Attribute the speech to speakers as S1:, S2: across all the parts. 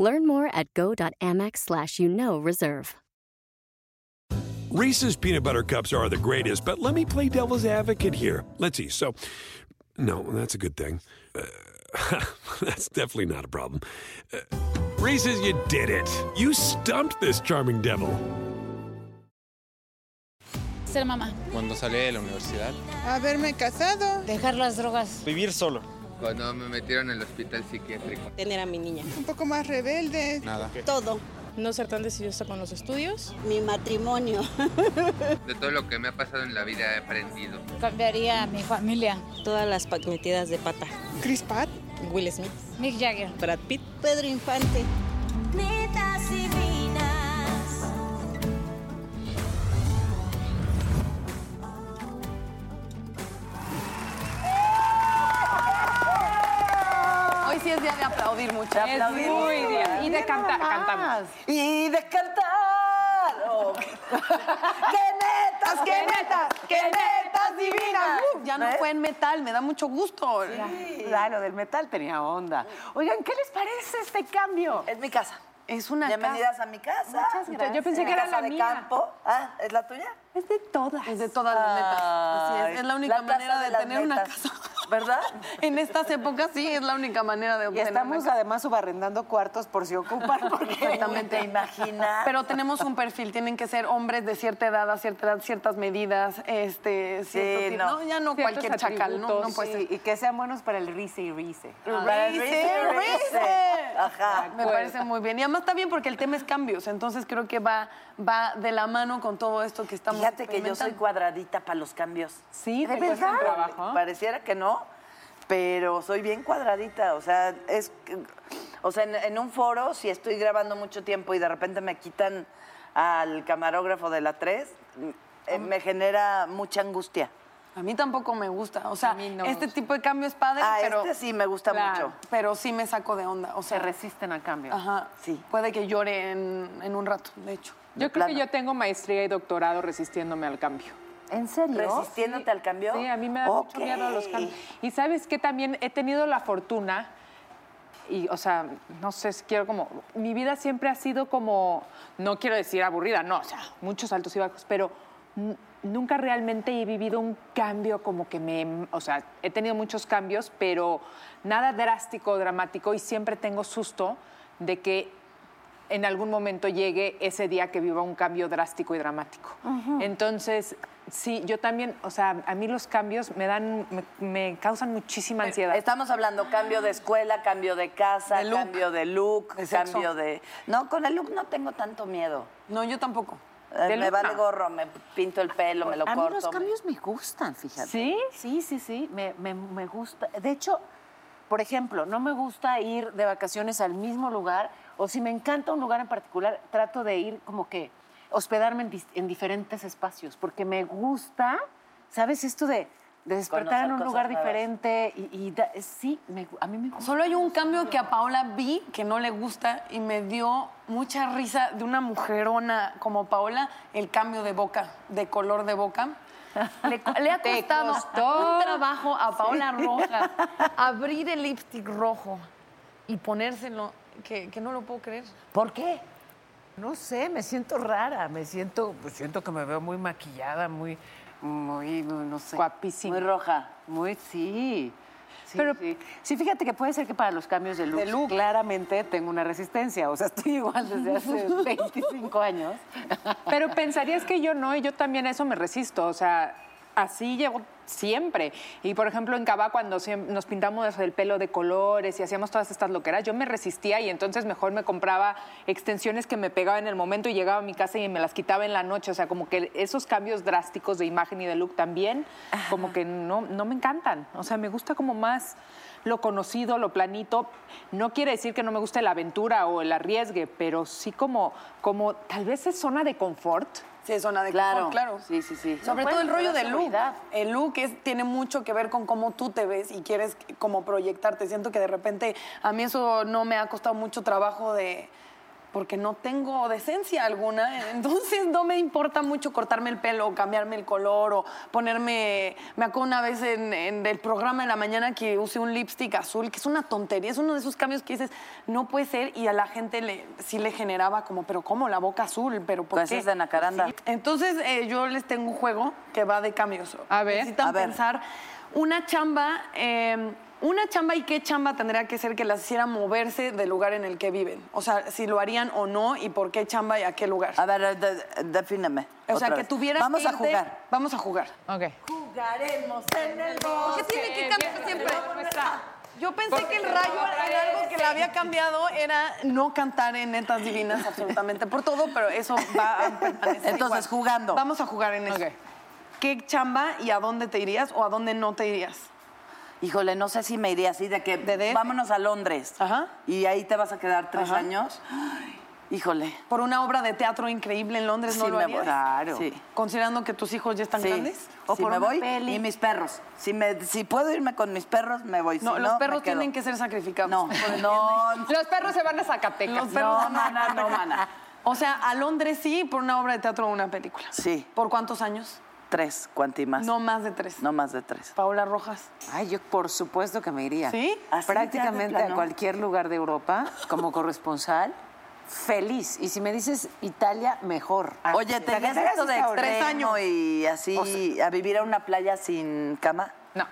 S1: Learn more at go.amex slash you know reserve.
S2: Reese's peanut butter cups are the greatest, but let me play devil's advocate here. Let's see. So, no, that's a good thing. Uh, that's definitely not a problem. Uh, Reese's, you did it. You stumped this charming devil.
S3: Ser mamá.
S4: Cuando salí de la universidad.
S5: Haberme casado.
S6: Dejar las drogas.
S7: Vivir solo.
S8: Cuando me metieron en el hospital psiquiátrico.
S9: Tener a mi niña.
S5: Un poco más rebelde.
S4: Nada.
S9: Todo.
S3: No ser tan decidiosa con los estudios.
S9: Mi matrimonio.
S8: De todo lo que me ha pasado en la vida he aprendido.
S6: Cambiaría a mi familia.
S9: Todas las metidas de pata.
S5: Chris Pat.
S9: Will Smith.
S6: Mick Jagger.
S9: Brad Pitt. Pedro Infante.
S3: Hoy sí es día de aplaudir mucho. De
S10: aplaudir mucho.
S3: Y de cantar. Cantamos.
S10: Y de cantar. Oh. ¡Qué netas, qué netas, qué netas divinas!
S3: Uh, Ya no
S10: ¿Ves?
S3: fue en metal, me da mucho gusto.
S10: Claro, del metal tenía onda. Oigan, ¿qué les parece este cambio? Es mi casa.
S3: Es una
S10: Bienvenidas a mi casa.
S3: Muchas gracias. Yo pensé que
S10: Mi
S3: era
S10: casa
S3: la
S10: de
S3: mía.
S10: campo. Ah, ¿es la tuya?
S3: Es de todas. Es de todas las netas. Así
S10: Ay,
S3: es. Es la única
S10: casa
S3: manera de,
S10: las
S3: tener una
S10: netas.
S3: casa.
S10: ¿Verdad?
S3: En este estas épocas sí, es la única manera de
S10: Y
S3: obtener
S10: estamos
S3: una casa.
S10: además subarrendando cuartos por si ocupan, porque
S3: Exactamente.
S10: te imaginas.
S3: Pero tenemos un perfil, tienen que ser hombres de cierta edad, a cierta edad, ciertas medidas, este, cierto tipo-
S10: no.
S3: no, ya no cualquier chacal, no, no puede
S10: Sí,
S3: ser.
S10: y que sean buenos para el rice y rice.
S3: Para el rice, rice.
S10: Ajá.
S3: Me parece muy bien. Y además está bien porque el tema es cambios, entonces creo que va, va de la mano con todo esto que estamos
S10: Fíjate que yo soy
S3: experimentando.
S10: cuadradita para los cambios.
S3: Sí, ¿te cuesta un trabajo?
S10: Pareciera que no, pero soy bien cuadradita. O sea, es, que- o sea, en, en un foro, si estoy grabando mucho tiempo y de repente me quitan al camarógrafo de la 3, me genera mucha angustia.
S3: A mí tampoco me gusta, o sea, este tipo de cambio es padre,
S10: Ah,
S3: pero...
S10: este sí me gusta mucho.
S3: Pero sí me saco de onda, o sea...
S10: resisten a cambios.
S3: Ajá,
S10: Sí.
S3: Puede que llore en, en un rato, de hecho.
S11: Yo creo
S10: plano.
S11: que yo tengo maestría y doctorado resistiéndome al cambio.
S10: ¿En serio? ¿Resistiéndote al cambio?
S11: Sí, a mí me da
S10: Ok.
S11: mucho miedo a los cambios. Y sabes que también he tenido la fortuna, y o sea, no sé, si quiero como, mi vida siempre ha sido como, no quiero decir aburrida, no, o sea, muchos altos y bajos, pero n- nunca realmente he vivido un cambio como que me, o sea, he tenido muchos cambios, pero nada drástico, dramático, y siempre tengo susto de que en algún momento llegue ese día que viva un cambio drástico y dramático. Entonces, sí, yo también, o sea, a mí los cambios me dan, me, me causan muchísima ansiedad.
S10: Estamos hablando cambio de escuela, cambio de casa,
S3: De look.
S10: cambio de look,
S3: De sexo.
S10: cambio de... No, con el look no tengo tanto miedo.
S3: No, yo tampoco.
S10: Eh,
S11: ¿De
S10: me
S11: look?
S10: vale
S11: No.
S10: gorro, me pinto el pelo, me lo
S12: a
S10: corto.
S12: mí los
S10: me-
S12: cambios me gustan, fíjate.
S11: ¿Sí?
S12: Sí, sí, sí, me, me- me gusta. De hecho, por ejemplo, no me gusta ir de vacaciones al mismo lugar o si me encanta un lugar en particular, trato de ir como que hospedarme en, dis- en diferentes espacios porque me gusta, ¿sabes? Esto de, de despertar
S10: Conocer
S12: en un
S10: cosas
S12: lugar
S10: nuevas.
S12: diferente y, y da- sí, me gu- a mí me gusta.
S3: Solo hay un cambio que a Paola vi que no le gusta y me dio mucha risa de una mujerona como Paola, el cambio de boca, de color de boca. Le, le ha
S11: Te
S3: costado
S11: costó.
S3: un trabajo a Paola Rojas abrir el lipstick rojo y ponérselo, que, que no lo puedo creer.
S12: ¿Por qué?
S13: No sé, me siento rara, me siento, pues siento que me veo muy maquillada, muy, muy, no sé.
S11: Guapísimo.
S13: Muy roja. Muy, sí. Sí,
S12: Pero
S13: sí.
S12: sí, fíjate que puede ser que para los cambios de look, claramente tengo una resistencia. O sea, estoy igual desde hace 25 años.
S11: Pero pensarías que yo no, y yo también a eso me resisto. O sea, así llevo siempre. Y por ejemplo, en Cava, cuando siem- nos pintamos el pelo de colores y hacíamos todas estas loqueras, yo me resistía y entonces mejor me compraba extensiones que me pegaba en el momento y llegaba a mi casa y me las quitaba en la noche. O sea, como que esos cambios drásticos de imagen y de look también, como que no, no me encantan. O sea, me gusta como más lo conocido, lo planito. No quiere decir que no me guste la aventura o el arriesgue, pero sí como, como tal vez es zona de confort.
S3: Sí, es zona de confort, claro.
S10: Sí, sí, sí.
S3: Sobre
S11: No
S3: todo el
S11: puedes
S3: rollo
S11: tener
S3: del look.
S11: seguridad.
S3: El look es- tiene mucho que ver con cómo tú te ves y quieres que- como proyectarte. Siento que de repente a mí eso no me ha costado mucho trabajo de porque no tengo decencia alguna, entonces no me importa mucho cortarme el pelo, o cambiarme el color o ponerme, me acuerdo una vez en, en el programa de la mañana que usé un lipstick azul, que es una tontería, es uno de esos cambios que dices, no puede ser y a la gente le, sí le generaba como, pero ¿cómo la boca azul? Pero ¿por
S10: Pues
S3: qué?
S10: es de Nacaranda.
S3: Sí. Entonces, eh, yo les tengo un juego que va de cambios.
S11: A ver,
S3: Necesitan
S11: a ver.
S3: pensar una chamba, eh, una chamba y qué chamba tendría que ser que las hiciera moverse del lugar en el que viven. O sea, si lo harían o no y por qué chamba y a qué lugar.
S10: A ver, de- defíneme.
S3: O sea,
S10: otra
S3: que
S10: vez.
S3: tuvieras
S10: Vamos
S3: que
S10: a
S3: irte-
S10: jugar.
S3: Vamos a jugar.
S11: Ok.
S10: Jugaremos en el
S3: ¿Por qué tiene que cambiar siempre? Yo pensé que el rayo era algo que
S10: este
S3: le había cambiado, era no cantar en netas divinas absolutamente por todo, pero eso va a permanecer.
S10: Entonces,
S3: igual.
S10: jugando.
S3: Vamos a jugar en eso. ¿Qué chamba y a dónde te irías o a dónde no te irías?
S10: Híjole, no sé si me iría así de que vámonos a Londres. Y ahí te vas a quedar tres
S3: Ajá.
S10: años. Ay, Híjole.
S3: Por una obra de teatro increíble en Londres, ¿no
S10: Sí,
S3: lo
S10: me
S3: harías?
S10: voy. Claro.
S3: Sí. Considerando que tus hijos ya están
S10: Sí.
S3: grandes.
S10: O si me
S3: una
S10: voy
S3: peli.
S10: y mis perros. Si me si puedo irme con mis perros, me voy. Si
S3: No,
S10: No,
S3: los
S10: me
S3: perros
S10: quedo.
S3: tienen que ser sacrificados.
S10: No, no,
S11: Los perros se van a Zacatecas.
S3: Los perros
S10: No, mana, no, mana.
S3: O sea, a Londres sí, por una obra de teatro o una película.
S10: Sí,
S3: ¿Por cuántos años?
S10: tres, cuanti más.
S3: No más de tres.
S10: No más de tres.
S3: Paola Rojas.
S12: Ay, yo por supuesto que me iría.
S3: ¿Sí?
S10: Así ya de
S12: Prácticamente a
S10: plano.
S12: cualquier lugar de Europa, como corresponsal, feliz. Y si me dices Italia, mejor.
S10: Oye,
S12: te
S10: ¿tenías esto de
S3: Tres
S10: extremo
S3: años.
S10: y así a vivir a una playa sin cama?
S11: No.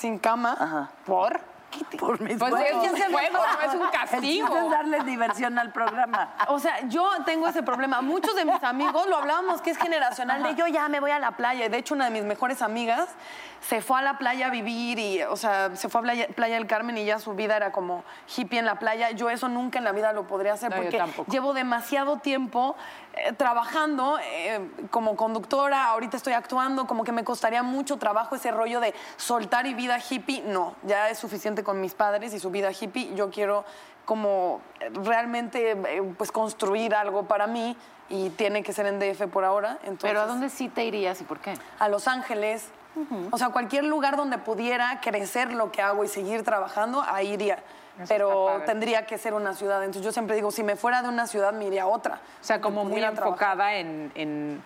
S3: Sin cama.
S10: Ajá.
S11: ¿Por?
S10: Por mis
S11: Pues
S10: huevos.
S11: es un juego, no es un
S10: El chiste es
S11: castigo.
S10: darle diversión al programa.
S3: O sea, yo tengo ese problema. Muchos de mis amigos lo hablábamos que es generacional de yo ya me voy a la playa. De hecho, una de mis mejores amigas se fue a la playa a vivir y, o sea, se fue a Playa, Playa del Carmen y ya su vida era como hippie en la playa. Yo eso nunca en la vida lo podría hacer
S11: No, yo
S3: porque
S11: tampoco.
S3: llevo demasiado tiempo eh, trabajando eh, como conductora. Ahorita estoy actuando, como que me costaría mucho trabajo ese rollo de soltar y vida hippie. No, ya es suficiente con mis padres y su vida hippie. Yo quiero como eh, realmente eh, pues construir algo para mí y tiene que ser en DF por ahora. Entonces,
S12: Pero ¿a dónde sí te irías y por qué?
S3: A Los Ángeles. O sea, cualquier lugar donde pudiera crecer lo que hago y seguir trabajando, ahí iría.
S11: está
S3: Pero
S11: padre.
S3: tendría que ser una ciudad. Entonces yo siempre digo, si me fuera de una ciudad, me iría a otra.
S11: O sea, como muy
S3: Pudiera trabajar.
S11: enfocada en, en-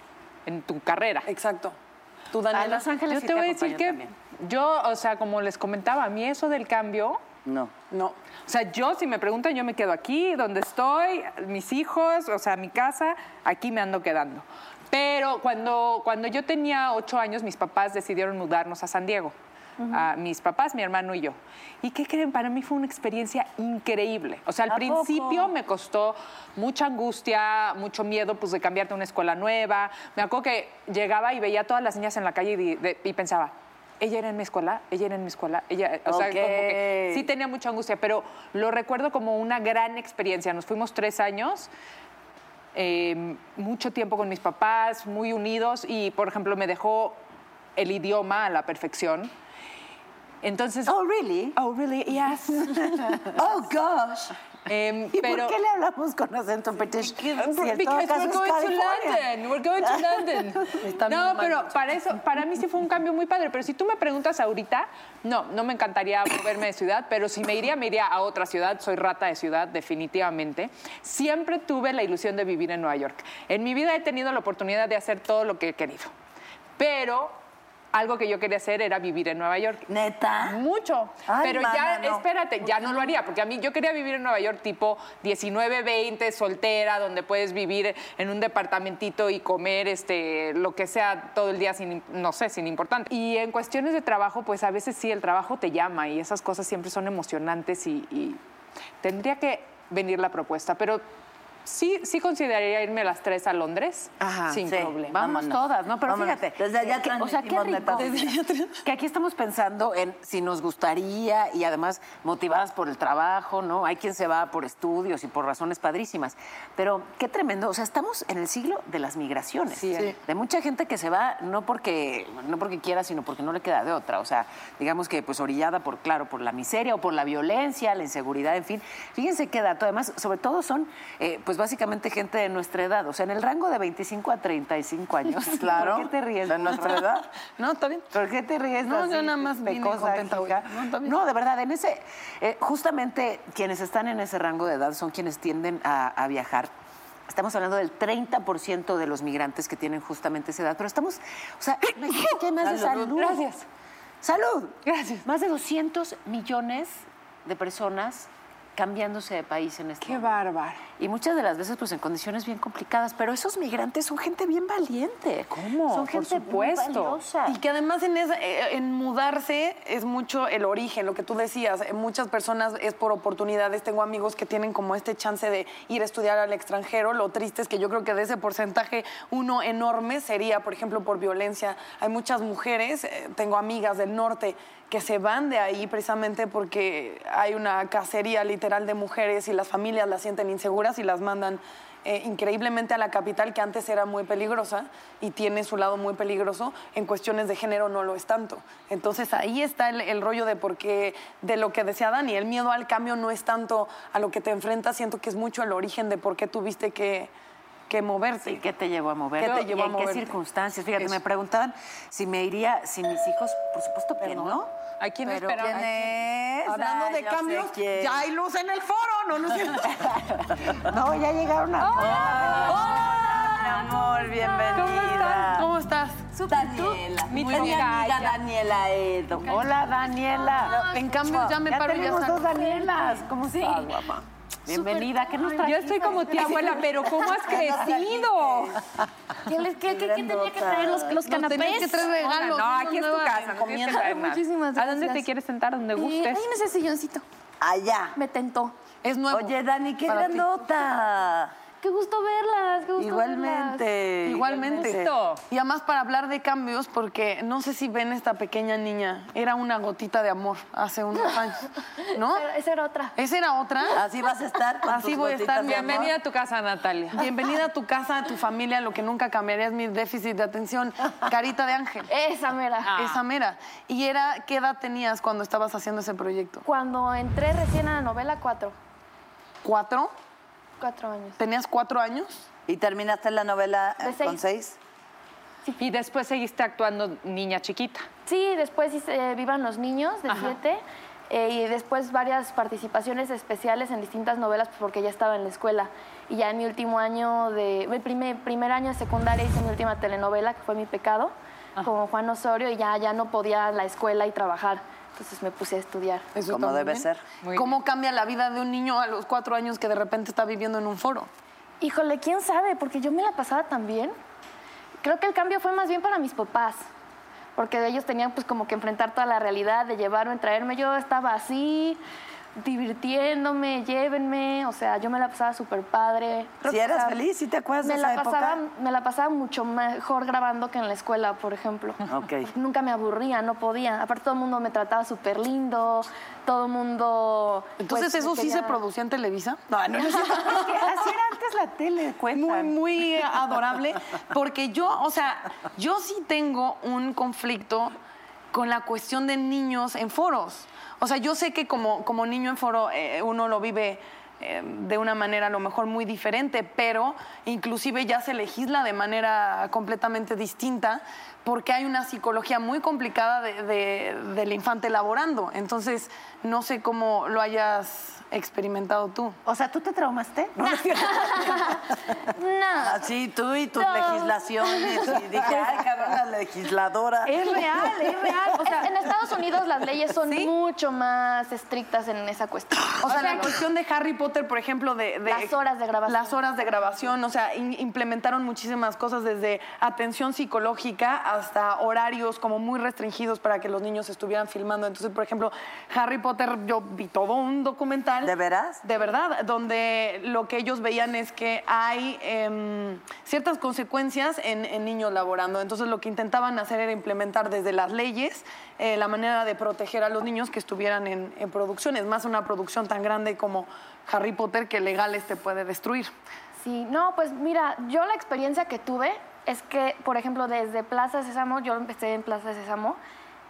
S11: en tu carrera.
S3: Exacto. Tú, Daniela.
S12: A Los Ángeles
S11: Yo
S12: sí
S11: te voy a
S12: acompaño
S11: decir que
S12: también.
S11: yo, o sea, como les comentaba, a mí eso del cambio,
S10: No.
S3: No.
S11: o sea, yo si me preguntan, yo me quedo aquí, donde estoy, mis hijos, o sea, mi casa, aquí me ando quedando. Pero cuando, cuando yo tenía ocho años, mis papás decidieron mudarnos a San Diego. A mis papás, mi hermano y yo. ¿Y qué creen? Para mí fue una experiencia increíble. O sea, al
S10: ¿A
S11: principio
S10: poco?
S11: me costó mucha angustia, mucho miedo pues, de cambiarte a una escuela nueva. Me acuerdo que llegaba y veía a todas las niñas en la calle y, di- de- y pensaba, ella era en mi escuela, ella era en mi escuela, ella. O sea, como que
S10: Ok.
S11: sí tenía mucha angustia, pero lo recuerdo como una gran experiencia. Nos fuimos tres años. eh, mucho tiempo con mis papás, muy unidos y, por ejemplo, me dejó el idioma a la perfección. Entonces,
S10: Oh, really?
S11: oh really? Yes.
S10: Oh, gosh.
S11: Em,
S12: ¿Y
S11: Mm, pero,
S12: por qué le hablamos con acento british?
S11: Ah,
S12: Si en todo
S11: Because
S12: caso
S11: we're
S12: es
S11: going to
S12: California.
S11: London. We're going to London. no, pero para eso, para mí sí fue un cambio muy padre. Pero si tú me preguntas ahorita, no, no me encantaría moverme de ciudad, pero si me iría, me iría a otra ciudad. Soy rata de ciudad, definitivamente. Siempre tuve la ilusión de vivir en Nueva York. En mi vida he tenido la oportunidad de hacer todo lo que he querido. Pero algo que yo quería hacer era vivir en Nueva York.
S10: ¿Neta?
S11: Mucho.
S10: Ay,
S11: pero ya,
S10: mana, no.
S11: espérate, ya no lo haría, porque a mí yo quería vivir en Nueva York tipo 19, 20, soltera, donde puedes vivir en un departamentito y comer este, lo que sea todo el día, sin, im- no sé, sin importante. Y en cuestiones de trabajo, pues a veces sí, el trabajo te llama y esas cosas siempre son emocionantes y, y tendría que venir la propuesta, pero sí, sí consideraría irme las tres a Londres
S10: Ajá,
S11: sin
S10: sí,
S11: problema.
S10: vámonos.
S12: todas, ¿no? Pero fíjate.
S10: Desde allá
S12: que- o sea, qué
S10: transmitimos
S12: rico.
S10: metafísica.
S12: Que aquí estamos pensando en si nos gustaría y además motivadas por el trabajo, ¿no? Hay quien se va por estudios y por razones padrísimas. Pero qué tremendo. O sea, estamos en el siglo de las migraciones.
S11: Sí, ¿eh?
S12: De mucha gente que se va no porque, no porque quiera, sino porque no le queda de otra. O sea, digamos que pues orillada por, claro, por la miseria o por la violencia, la inseguridad, en fin. Fíjense qué dato. Además, sobre todo son, eh, pues básicamente gente de nuestra edad. O sea, en el rango de 25 a 35 años.
S10: Claro.
S12: ¿Por qué te ríes?
S10: ¿De nuestra edad?
S12: No, está bien. ¿Por qué te ríes?
S10: No,
S12: así,
S10: yo nada más vine
S12: pecosa,
S10: contenta hoy.
S12: jica? No, de verdad, en ese, eh, justamente quienes están en ese rango de edad son quienes tienden a, a viajar. Estamos hablando del 30% de los migrantes que tienen justamente esa edad, pero estamos, o sea, imagínate que hay más de
S11: Salud.
S12: salud.
S11: Gracias.
S12: Salud. Gracias. Más de 200 millones de personas cambiándose de país en este Qué
S11: bárbaro.
S12: Y muchas de las veces pues en condiciones bien complicadas, pero esos migrantes son gente bien valiente. ¿Cómo? Son gente muy valiosa.
S3: Y que además en, esa- eh, en mudarse es mucho el origen, lo que tú decías. eh, Muchas personas es por oportunidades. Tengo amigos que tienen como este chance de ir a estudiar al extranjero. Lo triste es que yo creo que de ese porcentaje uno enorme sería, por ejemplo, por violencia. Hay muchas mujeres, eh, tengo amigas del norte que se van de ahí precisamente porque hay una cacería literal de mujeres y las familias las sienten inseguras y las mandan eh, increíblemente a la capital, que antes era muy peligrosa y tiene su lado muy peligroso, en cuestiones de género no lo es tanto. Entonces ahí está el, el rollo de por qué, de lo que decía Dani, el miedo al cambio no es tanto a lo que te enfrentas, siento que es mucho el origen de por qué tuviste que, que moverte.
S12: ¿Qué te llevó a mover?
S3: ¿Qué te llevó
S12: ¿Y
S3: a
S12: en qué
S3: moverte?
S12: circunstancias? Fíjate,
S3: Eso.
S12: me preguntaban si me iría sin mis hijos. Por supuesto que no.
S11: ¿A quién
S12: Pero-
S11: esperaba?
S12: ¿Quién es?
S3: Ah, Hablando
S12: Ah,
S3: de
S12: yo sé
S3: cambios,
S12: quién.
S3: ya hay luz en el foro, ¿no? no sé.
S12: No, ya llegaron a...
S10: Mi amor, bienvenida.
S11: ¿Cómo estás? ¿Cómo estás?
S10: Daniela.
S11: Mi
S10: Muy mi
S11: tocaya.
S10: amiga Daniela Edo.
S12: Hola, Daniela.
S11: En cambio, ya me paro y ya
S12: tenemos
S11: salgo.
S12: dos Danielas. ¿Cómo estás, guapa? Bienvenida. ¿Qué nos
S11: Yo
S12: trajiste?
S11: estoy como tía abuela, pero ¿cómo has crecido?
S4: ¿Qué, les- qué- qué- qué tenía que traer los, los
S11: Nos
S4: canapés?
S11: tenías que traer regalos,
S4: pues,
S11: No,
S4: una
S11: aquí es tu
S4: nueva
S11: casa, no tienes que traer nada.
S4: Muchísimas
S11: ¿A
S4: gracias.
S11: dónde te quieres sentar? Donde
S4: Eh,
S11: gustes.
S4: ahí en ese silloncito.
S10: Allá.
S4: Me tentó.
S11: Es nuevo.
S10: Oye, Dani, qué
S4: Para ti.
S10: grandota.
S4: Qué gusto verlas, qué gusto
S10: Igualmente.
S3: Igualmente. Y además para hablar de cambios, porque no sé si ven esta pequeña niña, era una gotita de amor hace unos años, ¿no?
S4: Esa era otra.
S3: Esa era otra.
S10: Así vas a estar con
S3: Así
S10: tus
S3: voy a
S10: gotitas
S3: estar.
S10: de amor.
S11: Bienvenida a tu casa, Natalia.
S3: Bienvenida a tu casa, a tu familia, lo que nunca cambiaría es mi déficit de atención. Carita de ángel.
S4: Esa mera.
S10: Ah.
S3: Esa mera. ¿Y era qué edad tenías cuando estabas haciendo ese proyecto?
S4: Cuando entré recién a la novela, cuatro.
S3: ¿Cuatro?
S4: Cuatro años.
S3: ¿Tenías cuatro años?
S10: ¿Y terminaste la novela eh,
S4: De seis.
S10: con seis?
S11: Y después seguiste actuando niña chiquita.
S4: Sí, después hice eh, Vivan los Niños, de
S11: Ajá.
S4: siete. eh, y después varias participaciones especiales en distintas novelas pues, porque ya estaba en la escuela. Y ya en mi último año de... El primer, primer año de secundaria hice mi última telenovela, que fue Mi Pecado, con Juan Osorio. Y ya, ya no podía la escuela y trabajar. Entonces me puse a estudiar.
S3: Eso
S10: Como
S3: está muy
S10: debe
S3: bien.
S10: ser.
S3: ¿Cómo cambia la vida de un niño a los cuatro años que de repente está viviendo en un foro?
S4: Híjole, quién sabe, porque yo me la pasaba tan bien. Creo que el cambio fue más bien para mis papás, porque ellos tenían pues como que enfrentar toda la realidad de llevarme, traerme. Yo estaba así, pues, divirtiéndome, llévenme, o sea, yo me la pasaba súper padre. Creo
S10: Si
S4: que, o
S10: eras
S4: sea,
S10: feliz, si te acuerdas
S4: me
S10: de
S4: la
S10: esa época?
S4: pasaba, Me la pasaba mucho mejor grabando que en la escuela, por ejemplo.
S10: Ok.
S4: Porque Nunca me aburría, no podía. Aparte todo el mundo me trataba súper lindo, todo el mundo...
S3: Entonces,
S4: pues,
S3: ¿eso
S4: me
S3: sí se
S4: quería-
S3: producía en Televisa? No, no, no.
S12: Así era antes la tele,
S3: Muy,
S12: cuentan.
S3: muy adorable, porque yo, o sea, yo sí tengo un conflicto con la cuestión de niños en foros. O sea, yo sé que como, como niño en foro eh, uno lo vive eh, de una manera a lo mejor muy diferente, pero inclusive ya se legisla de manera completamente distinta porque hay una psicología muy complicada de- de- del infante laborando. Entonces, no sé cómo lo hayas experimentado tú.
S12: O sea, ¿tú te traumaste?
S4: No.
S10: Así tú y tus
S4: No.
S10: legislaciones. Y dije, ay, cabrón, la legisladora.
S4: Es real, es real. O sea, en Estados Unidos las leyes son mucho más estrictas en esa cuestión.
S3: O sea, la cuestión de Harry Potter, por ejemplo, de, de-
S4: Las horas de grabación.
S3: Las horas de grabación, o sea, in- implementaron muchísimas cosas desde atención psicológica hasta horarios como muy restringidos para que los niños estuvieran filmando. Entonces, por ejemplo, Harry Potter, yo vi todo un documental nacional. ¿De veras? De verdad, donde lo que ellos veían es que hay em, ciertas consecuencias en, en niños laborando. Entonces lo que intentaban hacer era implementar desde las leyes eh, la manera de proteger a los niños que estuvieran en, en producciones, más una producción tan grande como Harry Potter que legales te puede destruir.
S4: Sí, no, pues mira, yo la experiencia que tuve es que, por ejemplo, desde Plaza Sésamo, yo empecé en Plaza Sésamo,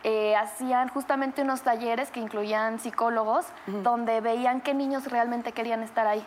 S4: eh, hacían justamente unos talleres que incluían psicólogos, donde veían qué niños realmente querían estar ahí.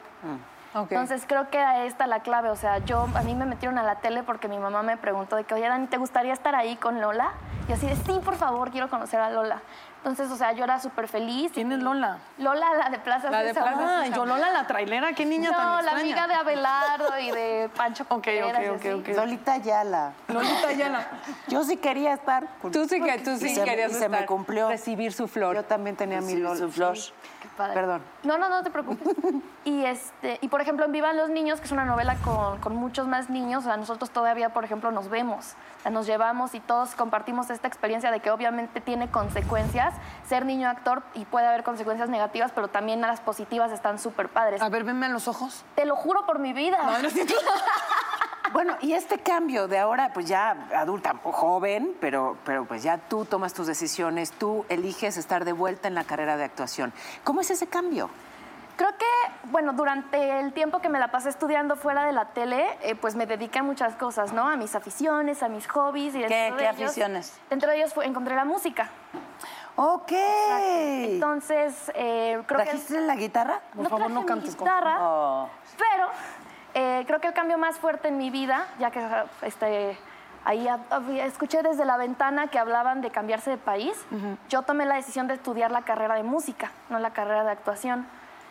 S4: Entonces creo que ahí está la clave, o sea, yo a mí me metieron a la tele porque mi mamá me preguntó de que, oye, Dani, ¿te gustaría estar ahí con Lola? Y así de, sí, por favor, quiero conocer a Lola. Entonces, o sea, yo era súper feliz. ¿Quién es Lola? Lola, la de Plaza
S3: La de
S4: Sésamo.
S3: Plaza Ah, Sésamo. yo Lola la trailera, qué niña
S4: no,
S3: tan
S4: la
S3: extraña.
S4: amiga de Abelardo y de Pancho Contreras y así.
S12: Lolita Ayala.
S3: Lolita Ayala.
S12: Yo sí quería estar. con-
S11: Tú sí que- tú
S12: Y
S11: sí
S12: se me-
S11: querías
S12: Y se me
S11: estar.
S12: cumplió.
S11: Recibir su flor.
S12: Yo también tenía mi
S11: Recibir
S12: Lola.
S11: su flor.
S12: Sí.
S4: padre.
S12: Perdón.
S4: No, no, no te preocupes. Y este, y por ejemplo, en Vivan los Niños, que es una novela con, con muchos más niños, o sea, nosotros todavía, por ejemplo, nos vemos, o sea, nos llevamos y todos compartimos esta experiencia de que obviamente tiene consecuencias ser niño actor y puede haber consecuencias negativas, pero también las positivas están súper padres.
S12: Ah.
S4: A
S3: ver, venme a los ojos.
S4: Te lo juro por mi vida.
S3: No, no es cierto.
S12: Bueno, y este cambio de ahora, pues ya adulta, o joven, pero, pero pues ya tú tomas tus decisiones, tú eliges estar de vuelta en la carrera de actuación. ¿Cómo es ese cambio?
S4: Creo que, bueno, durante el tiempo que me la pasé estudiando fuera de la tele, eh, pues me dediqué a muchas cosas, ¿no? A mis aficiones, a mis hobbies. Y dentro
S10: ¿Qué-
S4: de
S10: qué
S4: ellos-
S10: aficiones?
S4: Dentro de ellos fue, encontré la música.
S10: Ok.
S4: Entonces, eh, creo
S10: ¿Trajiste
S4: que...
S10: la guitarra?
S4: No traje mi guitarra,
S12: Oh.
S4: pero eh, creo que el cambio más fuerte en mi vida, ya que este, ahí hab- hab- escuché desde la ventana que hablaban de cambiarse de país, yo tomé la decisión de estudiar la carrera de música, no la carrera de actuación.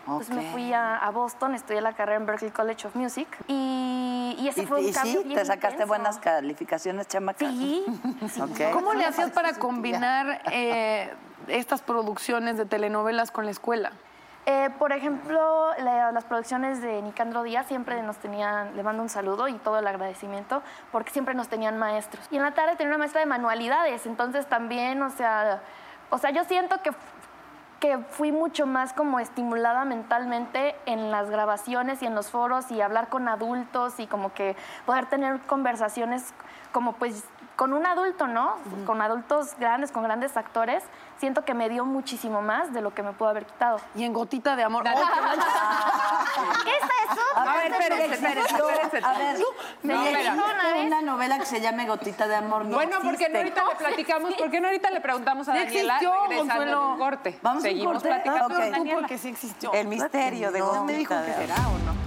S4: Entonces me
S10: Ok.
S4: fui a, a Boston, estudié la carrera en Berklee College of Music y, y ese
S10: ¿Y,
S4: fue un
S10: y
S4: cambio
S10: sí?
S4: bien
S10: ¿Te sacaste
S4: intenso.
S10: buenas calificaciones, chamaca?
S4: Sí.
S10: Ok.
S3: ¿Cómo le hacías para combinar eh, estas producciones de telenovelas con la escuela?
S4: Eh, por ejemplo, la- las producciones de Nicandro Díaz siempre nos tenían, le mando un saludo y todo el agradecimiento, porque siempre nos tenían maestros. Y en la tarde tenía una maestra de manualidades, entonces también, o sea, o sea yo siento que, f- que fui mucho más como estimulada mentalmente en las grabaciones y en los foros y hablar con adultos y como que poder tener conversaciones como pues con un adulto, ¿no? Con adultos grandes, con grandes actores, siento que me dio muchísimo más de lo que me pudo haber quitado.
S3: Y en gotita de amor. ¡Oh, qué bonito!
S4: ¿Qué es eso?
S10: A ver, espérense, espérense,
S4: No,
S10: espérense. A ver,
S4: me
S10: no,
S4: dijeron
S10: espérate.
S4: una vez-
S10: una novela que se llame Gotita de Amor. No
S11: bueno, porque no
S10: existe.
S11: ahorita le platicamos, porque no ahorita le preguntamos a
S10: Sí
S11: Daniela
S10: existió,
S11: regresando de
S10: Consuelo.
S11: un corte.
S10: Vamos a un
S11: Seguimos
S10: corte. Ah,
S11: platicando
S10: Ok.
S11: con Daniela.
S10: Tú
S3: porque sí existió.
S12: El misterio de
S10: No me dijo
S12: Gotita
S10: que
S12: de
S10: será
S12: Amor.
S10: o no.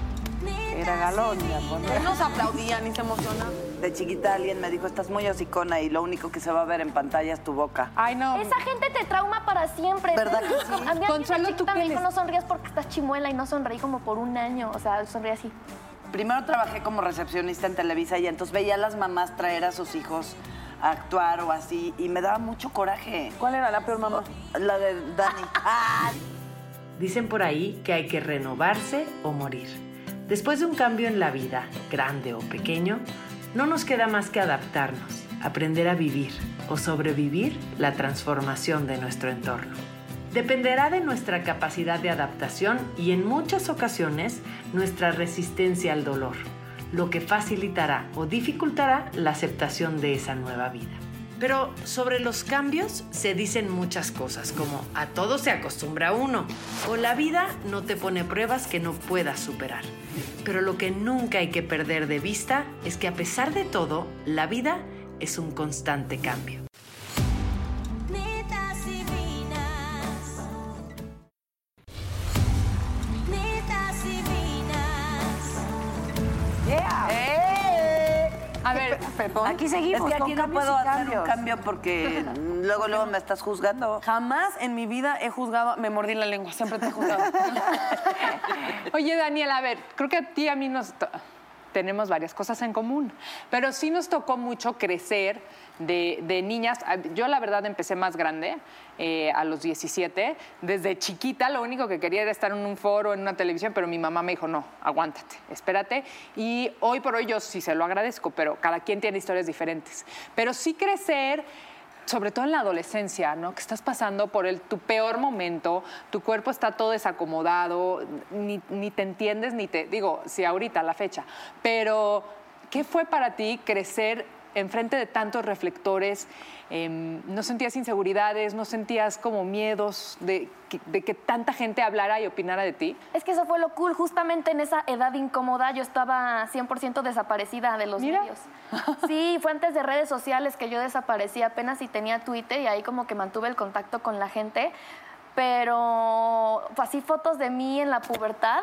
S12: Era galón, mi amor.
S3: Él nos aplaudía, ni se emocionaba.
S10: De chiquita alguien me dijo, estás muy hocicona y lo único que se va a ver en pantalla es tu boca.
S11: Ay, no.
S4: Esa gente te trauma para siempre.
S10: ¿Verdad
S4: ¿no?
S10: que sí?
S4: A mí Consuelo, chiquita me dijo, no sonrías porque estás chimuela y no sonreí como por un año. O sea, sonreí así.
S10: Primero trabajé como recepcionista en Televisa y entonces veía a las mamás traer a sus hijos a actuar o así y me daba mucho coraje.
S3: ¿Cuál era la peor mamá?
S10: La de Dani. ¡Ay!
S14: Dicen por ahí que hay que renovarse o morir. Después de un cambio en la vida, grande o pequeño, no nos queda más que adaptarnos, aprender a vivir o sobrevivir la transformación de nuestro entorno. Dependerá de nuestra capacidad de adaptación y en muchas ocasiones nuestra resistencia al dolor, lo que facilitará o dificultará la aceptación de esa nueva vida. Pero sobre los cambios se dicen muchas cosas, como a todo se acostumbra uno, o la vida no te pone pruebas que no puedas superar. Pero lo que nunca hay que perder de vista es que a pesar de todo, la vida es un constante cambio.
S15: Netas divinas. Netas divinas.
S10: ¡Eh! A ver, perdón.
S16: Aquí seguimos,
S10: Es que
S16: con
S10: aquí no
S16: cambios y
S10: puedo hacer un
S16: cambios.
S10: cambio porque luego, luego me estás juzgando.
S3: Jamás en mi vida he juzgado, me mordí la lengua, siempre te he juzgado.
S11: Oye, Daniela, a ver, creo que a ti y a mí nos to- tenemos varias cosas en común, pero sí nos tocó mucho crecer de, de niñas. A- Yo la verdad empecé más grande, eh, a los 17. Desde chiquita lo único que quería era estar en un foro, en una televisión, pero mi mamá me dijo, no, aguántate, espérate. Y hoy por hoy yo sí se lo agradezco, pero cada quien tiene historias diferentes. Pero sí crecer sobre todo en la adolescencia, ¿no? Que estás pasando por el, tu peor momento, tu cuerpo está todo desacomodado, ni, ni te entiendes, ni te. Digo, si ahorita, la fecha. Pero, ¿qué fue para ti crecer enfrente de tantos reflectores? Em, ¿No sentías inseguridades? ¿No sentías como miedos de que- de que tanta gente hablara y opinara de ti?
S4: Es que eso fue lo cool. Justamente en esa edad incómoda yo estaba 100% desaparecida de los medios. Sí, fue antes de redes sociales que yo desaparecí apenas y tenía Twitter y ahí como que mantuve el contacto con la gente. Pero así fotos de mí en la pubertad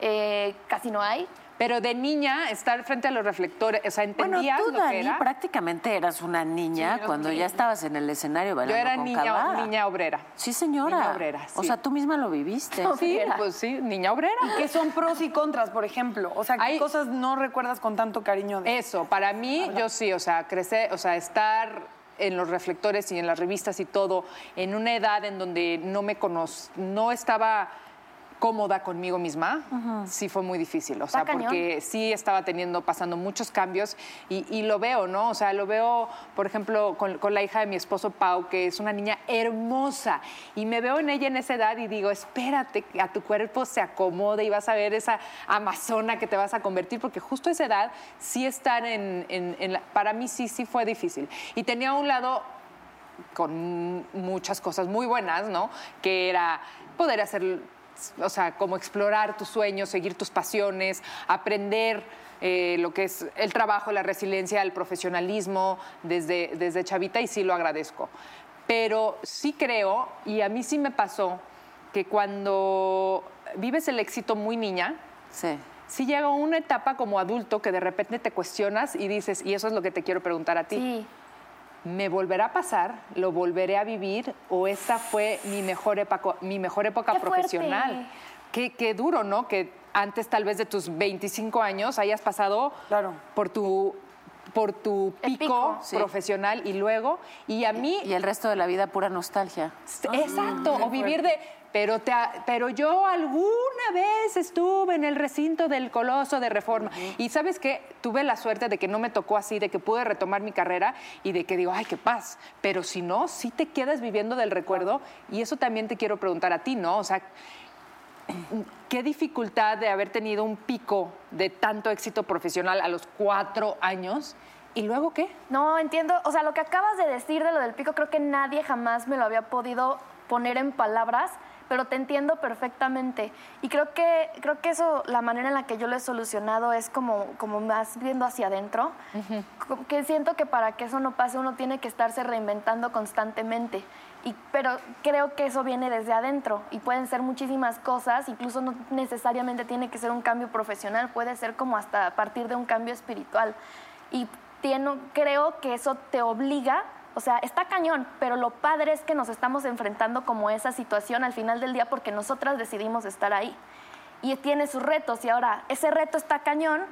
S4: eh, casi no hay.
S11: Pero de niña, estar frente a los reflectores, o sea,
S12: Bueno,
S11: ¿entendías
S12: tú,
S11: lo que
S12: Dani,
S11: era?
S12: prácticamente eras una niña
S11: Sí, era
S12: cuando
S11: una
S12: ya
S11: niña.
S12: estabas en el escenario
S11: Yo
S12: bailando
S11: era
S12: con
S11: niña,
S12: Cavada.
S11: niña obrera.
S12: Sí, señora.
S11: Niña obrera,
S12: O
S11: sí.
S12: sea, tú misma lo viviste.
S11: Sí, pues sí, niña obrera.
S3: ¿Y qué son pros y contras, por ejemplo? O sea, ¿qué cosas no recuerdas con tanto cariño de
S11: Eso, para mí, yo sí, o sea, crecer, o sea, estar en los reflectores y en las revistas y todo, en una edad en donde no me conoz no estaba cómoda conmigo misma, sí fue muy difícil, o sea,
S4: Está cañón.
S11: porque sí estaba teniendo, pasando muchos cambios y, y lo veo, ¿no? O sea, lo veo, por ejemplo, con, con la hija de mi esposo Pau, que es una niña hermosa, y me veo en ella en esa edad y digo, espérate, que a tu cuerpo se acomode y vas a ver esa amazona que te vas a convertir, porque justo a esa edad sí estar en, en- en la- para mí sí, sí fue difícil. Y tenía un lado con muchas cosas muy buenas, ¿no? Que era poder hacer, o sea, como explorar tus sueños, seguir tus pasiones, aprender eh, lo que es el trabajo, la resiliencia, el profesionalismo desde, desde chavita y sí lo agradezco. Pero sí creo, y a mí sí me pasó, que cuando vives el éxito muy niña,
S12: Sí.
S11: sí llega una etapa como adulto que de repente te cuestionas y dices, y eso es lo que te quiero preguntar a ti. ¿Me volverá a pasar? ¿Lo volveré a vivir? ¿O esta fue mi mejor época, mi mejor época
S4: ¡Qué fuerte!
S11: profesional? Qué, qué duro, ¿no? Que antes tal vez de tus 25 años hayas pasado por tu por tu pico,
S12: sí.
S11: profesional y luego y a mí
S12: Y el resto de la vida pura nostalgia.
S3: Ah,
S11: Exacto, o vivir de... Pero, te, a- pero yo alguna vez estuve en el recinto del Coloso de Reforma y sabes qué, tuve la suerte de que no me tocó así, de que pude retomar mi carrera y de que digo, ay, qué paz. Pero si no, sí te quedas viviendo del recuerdo y eso también te quiero preguntar a ti, ¿no? O sea, ¿qué dificultad de haber tenido un pico de tanto éxito profesional a los cuatro años y luego qué?
S4: No, entiendo. O sea, lo que acabas de decir de lo del pico, creo que nadie jamás me lo había podido poner en palabras, pero te entiendo perfectamente. Y creo que, creo que eso, la manera en la que yo lo he solucionado es como, como más viendo hacia adentro. Como que siento que para que eso no pase uno tiene que estarse reinventando constantemente. Y, pero creo que eso viene desde adentro y pueden ser muchísimas cosas, incluso no necesariamente tiene que ser un cambio profesional, puede ser como hasta a partir de un cambio espiritual. Y tiene- creo que eso te obliga, o sea, está cañón, pero lo padre es que nos estamos enfrentando como a esa situación al final del día porque nosotras decidimos estar ahí. Y tiene sus retos y ahora ese reto está cañón,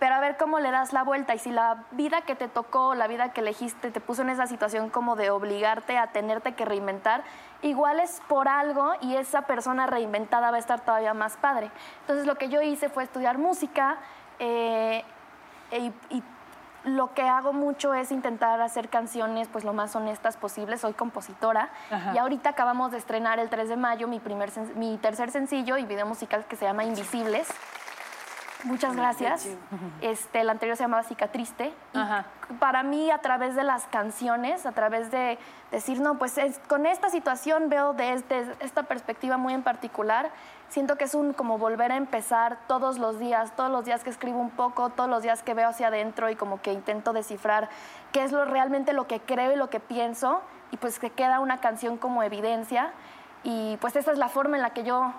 S4: pero a ver cómo le das la vuelta y si la vida que te tocó, la vida que elegiste, te puso en esa situación como de obligarte a tenerte que reinventar, igual es por algo y esa persona reinventada va a estar todavía más padre. Entonces lo que yo hice fue estudiar música eh, e- y lo que hago mucho es intentar hacer canciones pues lo más honestas posible. Soy compositora
S17: Ajá.
S4: y ahorita acabamos de estrenar el 3 de mayo mi, primer sen- mi tercer sencillo y video musical que se llama Invisibles. Muchas gracias. Este, el anterior se llamaba Cicatriste. Y para mí, a través de las canciones, a través de decir, no, pues es- con esta situación veo desde esta perspectiva muy en particular, siento que es un como volver a empezar todos los días, todos los días que escribo un poco, todos los días que veo hacia adentro y como que intento descifrar qué es lo, realmente lo que creo y lo que pienso, y pues que queda una canción como evidencia. Y pues esa es la forma en la que yo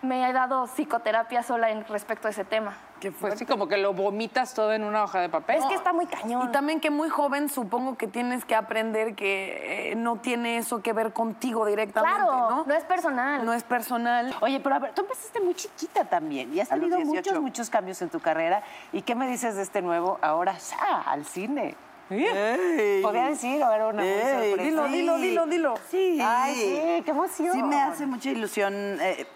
S4: me he dado psicoterapia sola en respecto a ese tema.
S11: Que fue así como que lo vomitas todo en una hoja de papel.
S3: Es que está
S4: muy cañón.
S3: Y también que muy joven supongo que tienes que aprender que eh, no tiene eso que ver contigo directamente,
S4: Claro,
S3: ¿no?
S4: es personal.
S3: No es personal.
S12: Oye, pero a ver, tú empezaste muy chiquita también y has
S3: A los
S12: tenido muchos,
S3: 18.
S12: muchos cambios en tu carrera. ¿Y qué me dices de este nuevo ahora? ¡sa! Al cine. Podría decir, a ver, una muy
S10: Ey,
S12: sorpresa.
S10: dilo, dilo, dilo, dilo.
S12: Sí. Ay,
S10: Sí.
S12: sí, qué emoción.
S10: Sí me hace mucha ilusión. eh,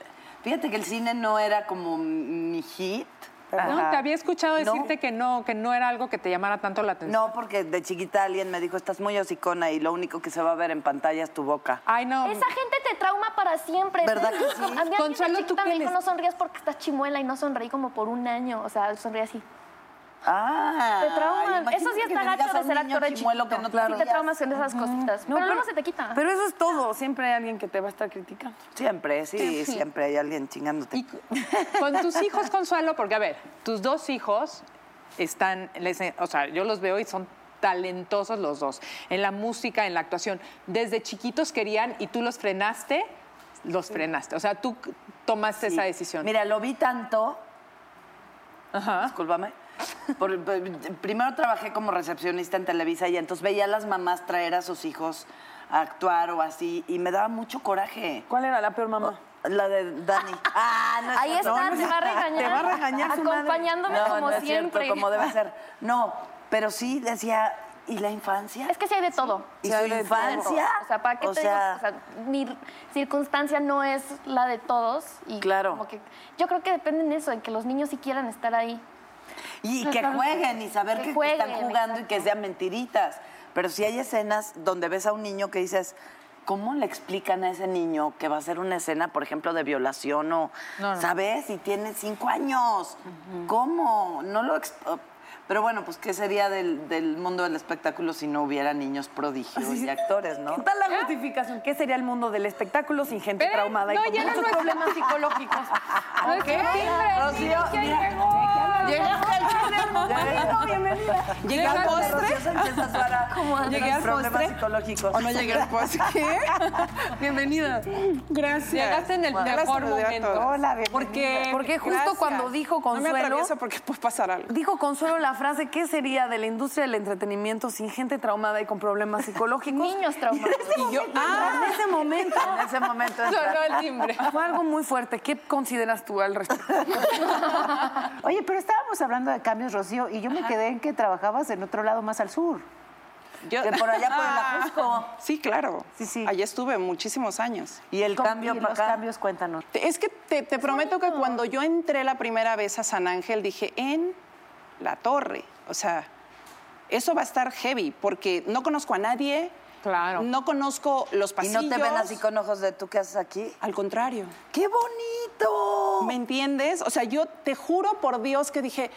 S10: fíjate que el cine no era como mi hit, Ajá.
S11: No, te había escuchado
S10: No.
S11: decirte que no, que no era algo que te llamara tanto la atención.
S10: No, porque de chiquita alguien me dijo, estás muy hocicona y lo único que se va a ver en pantalla es tu boca.
S11: Ay, no.
S4: Esa gente te trauma para siempre.
S10: ¿Verdad que
S4: Entonces,
S10: sí?
S4: A mí alguien de
S10: Consuelo, ¿tú
S4: chiquita me
S10: quién
S4: dijo,
S10: es?
S4: no sonrías porque estás chimuela y no sonreí como por un año. O sea, sonreí así.
S10: Ah.
S4: te trauma.
S10: imagínate
S4: Eso sí
S10: que le
S4: está
S10: digas
S4: gacho
S10: a
S4: de
S10: un
S4: ser
S10: niño
S4: actor de
S10: chimuelo que
S4: chiquito.
S10: no
S4: Sí te
S10: sonrías.
S4: traumas en esas cositas.
S10: No,
S4: pero, luego
S10: pero-
S4: se te quita.
S3: Pero eso es todo. Siempre hay alguien que te va a estar criticando.
S10: Siempre, sí,
S3: Sí.
S10: siempre hay alguien chingándote.
S11: Con tus hijos, Consuelo, porque a ver, tus dos hijos están, les- o sea, yo los veo y son talentosos los dos, en la música, en la actuación. Desde chiquitos querían y tú los frenaste, los frenaste. O sea, tú c- tomaste esa decisión.
S10: Mira, lo vi tanto. Discúlpame. Por- por- primero trabajé como recepcionista en Televisa y entonces veía a las mamás traer a sus hijos a actuar o así y me daba mucho coraje.
S3: ¿Cuál era la peor mamá?
S10: La de Dani. Ah, no es
S4: Ahí
S10: cierto.
S4: está,
S10: No, no
S4: te
S10: es
S4: va a
S10: cierto.
S4: regañar.
S10: Te va a regañar su madre.
S4: Acompañándome
S10: No,
S4: como
S10: no es cierto,
S4: siempre.
S10: como debe ser. No, pero sí decía, ¿y la infancia?
S4: Es que sí hay de todo.
S10: ¿Y
S4: Sí hay
S10: su
S4: de
S10: infancia?
S4: todo. O sea, ¿para qué
S10: O
S4: te
S10: sea-
S4: digo? O sea, mi circunstancia no es la de todos. Y claro. Como que, yo creo que depende en eso, en que los niños sí quieran estar ahí.
S10: Y
S4: No,
S10: que
S4: claro.
S10: jueguen y saber
S4: Que
S10: que, que
S4: jueguen,
S10: están jugando y que sean mentiritas. Pero si hay escenas donde ves a un niño que dices, ¿cómo le explican a ese niño que va a ser una escena, por ejemplo, de violación o,
S11: No, no.
S10: ¿sabes? Y tiene cinco años. ¿Cómo? No lo... ex- oh, Pero bueno, pues, ¿qué sería del, del mundo del espectáculo si no hubiera niños prodigios y actores, no?
S3: ¿Qué tal la justificación? ¿Qué sería el mundo del espectáculo sin gente
S10: Pero,
S3: traumada
S10: no,
S3: y
S10: ya
S3: con
S10: no
S3: muchos
S10: es-
S3: problemas psicológicos?
S10: Nuestro timbre,
S3: Rocío,
S10: sí, ya
S3: mira,
S10: llegó.
S3: Llegaste al fin del mundo.
S10: Bienvenido, bienvenida.
S3: Llegué
S10: Llega
S3: al
S10: el
S3: postre.
S10: Rocío Sánchez Azuara.
S3: Llegué al
S10: Problemas
S3: postre.
S10: psicológicos.
S3: ¿O no llegué al postre? ¿Qué? Bienvenida. Gracias.
S11: Llegaste en el
S3: Ya las
S11: mejor
S3: saludé a
S11: momento.
S3: todas. Hola, bienvenida.
S11: Porque,
S17: Porque justo
S11: Gracias.
S17: cuando dijo Consuelo.
S3: atravieso
S17: porque puede pasar algo.
S3: Dijo Consuelo la frase, ¿qué sería de la industria del entretenimiento sin gente traumada y con problemas psicológicos? Niños
S4: traumados.
S3: Y yo, ah, en ese momento. En ese momento.
S10: entra. Sonó el timbre.
S3: Fue algo muy fuerte. ¿Qué consideras tú al respecto?
S12: Oye, pero estábamos hablando de cambios, Rocío, y yo me quedé en que trabajabas en otro lado más al sur.
S17: Que
S12: por allá por el
S17: Ajusco. Sí, claro. Sí, sí. Allá estuve muchísimos años.
S10: ¿Y el
S17: cambio
S12: para acá? cambios, cuéntanos.
S17: Es que te, te prometo que cuando yo entré la primera vez a San Ángel, dije, en la torre. O sea, eso va a estar heavy, porque no conozco a nadie. Claro. No conozco los
S10: ¿Y
S17: pasillos.
S10: no te ven así con ojos de tú qué haces aquí?
S17: Al contrario.
S10: ¡Qué bonito!
S17: ¿Me entiendes? O sea, yo te juro por Dios que dije,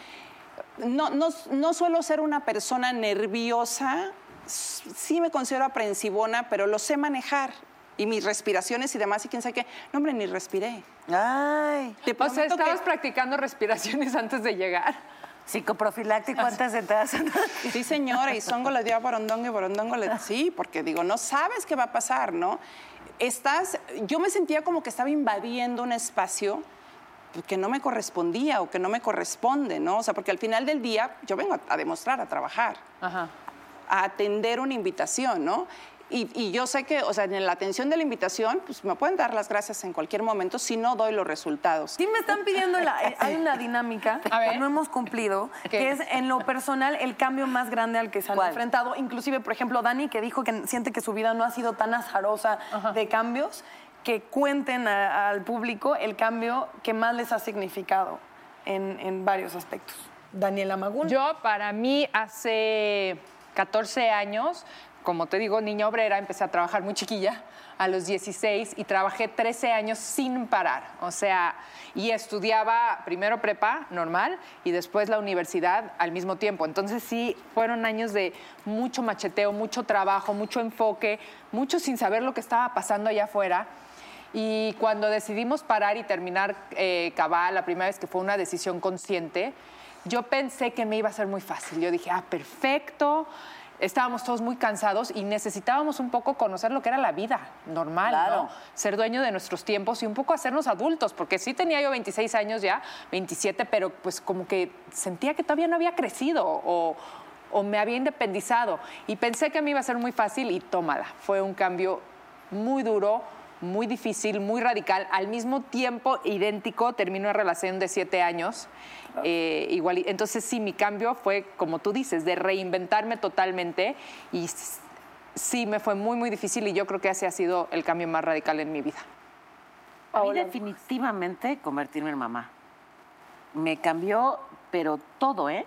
S17: no, no, no suelo ser una persona nerviosa, s- sí me considero aprensivona, pero lo sé manejar. Y mis respiraciones y demás, y quién sabe qué. No, hombre, ni respiré.
S10: Ay.
S17: Te
S11: O sea,
S17: prometo que-
S11: estabas practicando respiraciones antes de llegar.
S12: Psicoprofiláctico antes de entrar.
S17: Sí, señora, y Songo le dio a Borondongo y Borondongo le sí, porque digo, no sabes qué va a pasar, ¿no? Estás, yo me sentía como que estaba invadiendo un espacio que no me correspondía o que no me corresponde, ¿no? O sea, porque al final del día yo vengo a, a demostrar, a trabajar, a atender una invitación, ¿no? Y, y yo sé que, o sea, en la atención de la invitación, pues me pueden dar las gracias en cualquier momento si no doy los resultados.
S3: Sí me están pidiendo la- eh, hay una dinámica que no hemos cumplido, que es en lo personal el cambio más grande al que se han enfrentado. Inclusive, por ejemplo, Dani, que dijo que siente que su vida no ha sido tan azarosa de cambios, que cuenten a- al público el cambio que más les ha significado en, en varios aspectos. Daniela Magún.
S11: Yo, para mí, hace 14 años, como te digo, niña obrera, empecé a trabajar muy chiquilla, a los 16, y trabajé 13 años sin parar. O sea, y estudiaba primero prepa normal y después la universidad al mismo tiempo. Entonces, sí, fueron años de mucho macheteo, mucho trabajo, mucho enfoque, mucho sin saber lo que estaba pasando allá afuera. Y cuando decidimos parar y terminar eh, Cabal, la primera vez que fue una decisión consciente, yo pensé que me iba a ser muy fácil. Yo dije, ah, perfecto. Estábamos todos muy cansados y necesitábamos un poco conocer lo que era la vida normal,
S10: Claro.
S11: ¿no? Ser dueño de nuestros tiempos y un poco hacernos adultos, porque sí tenía yo 26 años ya, 27, pero pues como que sentía que todavía no había crecido o, o me había independizado. Y pensé que me iba a ser muy fácil y tómala. Fue un cambio muy duro, muy difícil, muy radical. Al mismo tiempo, idéntico, terminó una relación de siete años. eh, igual, y- entonces, sí, mi cambio fue, como tú dices, de reinventarme totalmente y s- sí, me fue muy, muy difícil y yo creo que ese ha sido el cambio más radical en mi vida.
S12: A mí definitivamente convertirme en mamá. me cambió, pero todo, ¿eh?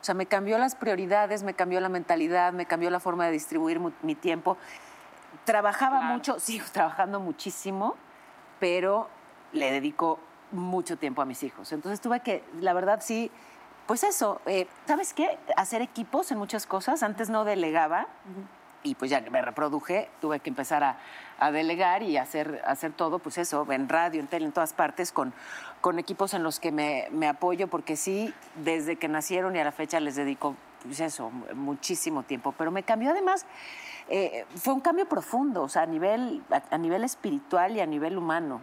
S12: O sea, me cambió las prioridades, me cambió la mentalidad, me cambió la forma de distribuir mu- mi tiempo. Trabajaba mucho, sigo trabajando muchísimo, pero le dedico mucho tiempo a mis hijos. Entonces tuve que, la verdad sí, pues eso, eh, ¿sabes qué? Hacer equipos en muchas cosas. Antes no delegaba y pues ya me reproduje, tuve que empezar a, a delegar y hacer, hacer todo, pues eso, en radio, en tele, en todas partes, con, con equipos en los que me, me apoyo, porque sí, desde que nacieron y a la fecha les dedico, pues eso, mu- muchísimo tiempo. Pero me cambió además, eh, fue un cambio profundo, o sea, a nivel, a- a nivel espiritual y a nivel humano.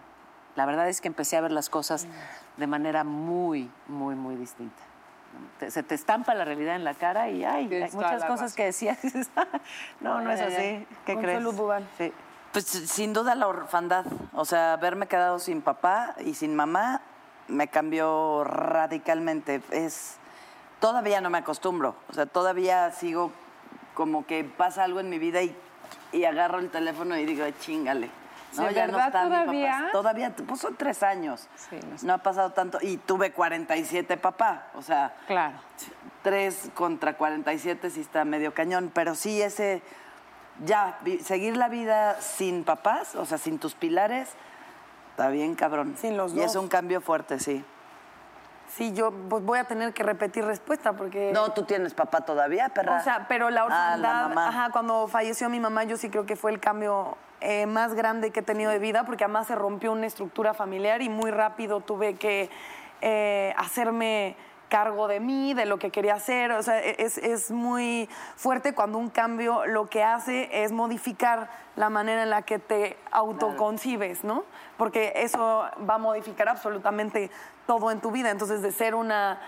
S12: La verdad es que empecé a ver las cosas de manera muy, muy, muy distinta. Te- se te estampa la realidad en la cara y ay, hay
S7: Tienes toda
S12: muchas
S7: la
S12: cosas que decías. no, no es así. ¿Qué crees? Sí.
S10: Pues sin duda la orfandad. O sea, haberme quedado sin papá y sin mamá me cambió radicalmente. Es. Todavía no me acostumbro. O sea, todavía sigo como que pasa algo en mi vida y, y agarro el teléfono y digo, "Ay, chingale. No,
S17: ¿De
S10: ya no
S17: verdad
S10: está mi papá.
S17: todavía?
S10: Todavía, pues son tres años. No ha pasado tanto. Y tuve 47 papá. O sea.
S17: Claro.
S10: 3 contra 47 sí está medio cañón, pero sí ese, ya, vi- seguir la vida sin papás, o sea, sin tus pilares, está bien cabrón. Sin los Y es
S3: dos.
S10: un cambio fuerte, sí.
S3: Sí, yo pues, voy a tener que repetir respuesta porque...
S10: No, tú tienes papá todavía, perra.
S3: Eh, O sea, pero la
S10: Ah,
S3: orfandad,
S10: mamá.
S3: ajá, cuando falleció mi mamá, yo sí creo que fue el cambio eh, más grande que he tenido de vida, porque además se rompió una estructura familiar y muy rápido tuve que eh, hacerme cargo de mí, de lo que quería hacer. O sea, e-, es, es muy fuerte cuando un cambio lo que hace es modificar la manera en la que te autoconcibes, ¿no? Porque eso va a modificar absolutamente todo en tu vida. Entonces, de ser una,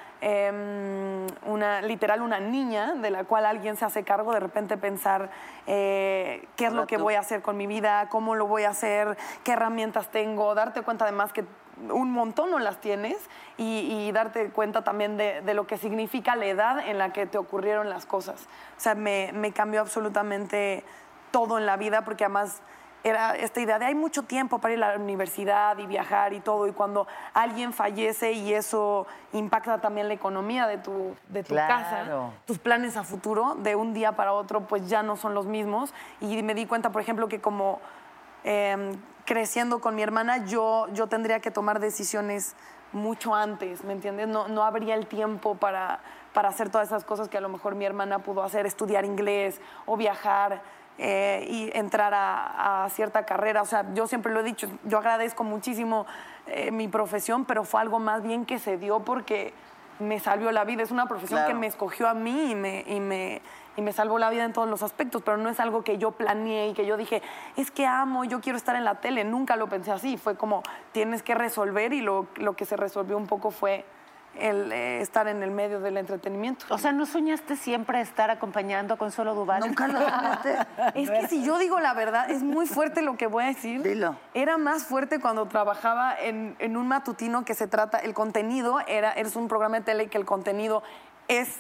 S3: em, una literal, una niña de la cual alguien se hace cargo, de repente pensar eh, qué es lo que voy a hacer con mi vida, cómo lo voy a hacer, qué herramientas tengo, darte cuenta además que un montón no las tienes y, y darte cuenta también de, de lo que significa la edad en la que te ocurrieron las cosas. O sea, me, me cambió absolutamente todo en la vida porque además era esta idea de hay mucho tiempo para ir a la universidad y viajar y todo, y cuando alguien fallece y eso impacta también la economía de tu, de tu
S13: Claro.
S3: casa, tus planes a futuro de un día para otro pues ya no son los mismos. Y me di cuenta, por ejemplo, que como eh, creciendo con mi hermana, yo, yo tendría que tomar decisiones mucho antes, ¿me entiendes? No, no habría el tiempo para, para hacer todas esas cosas que a lo mejor mi hermana pudo hacer, estudiar inglés o viajar eh, y entrar a, a cierta carrera. O sea, yo siempre lo he dicho, yo agradezco muchísimo eh, mi profesión, pero fue algo más bien que se dio porque me salvió la vida. Es una profesión
S10: Claro.
S3: que me escogió a mí y me, y, me, y me salvó la vida en todos los aspectos, pero no es algo que yo planeé y que yo dije, es que amo, yo quiero estar en la tele. Nunca lo pensé así. Fue como, tienes que resolver y lo, lo que se resolvió un poco fue el eh, estar en el medio del entretenimiento.
S12: O sea, ¿no soñaste siempre estar acompañando a Consuelo Duval?
S10: Nunca lo soñaste.
S3: Es que si yo digo la verdad, es muy fuerte lo que voy a decir.
S10: Dilo.
S3: Era más fuerte cuando trabajaba en, en un matutino que se trata, el contenido era, es un programa de tele que el contenido es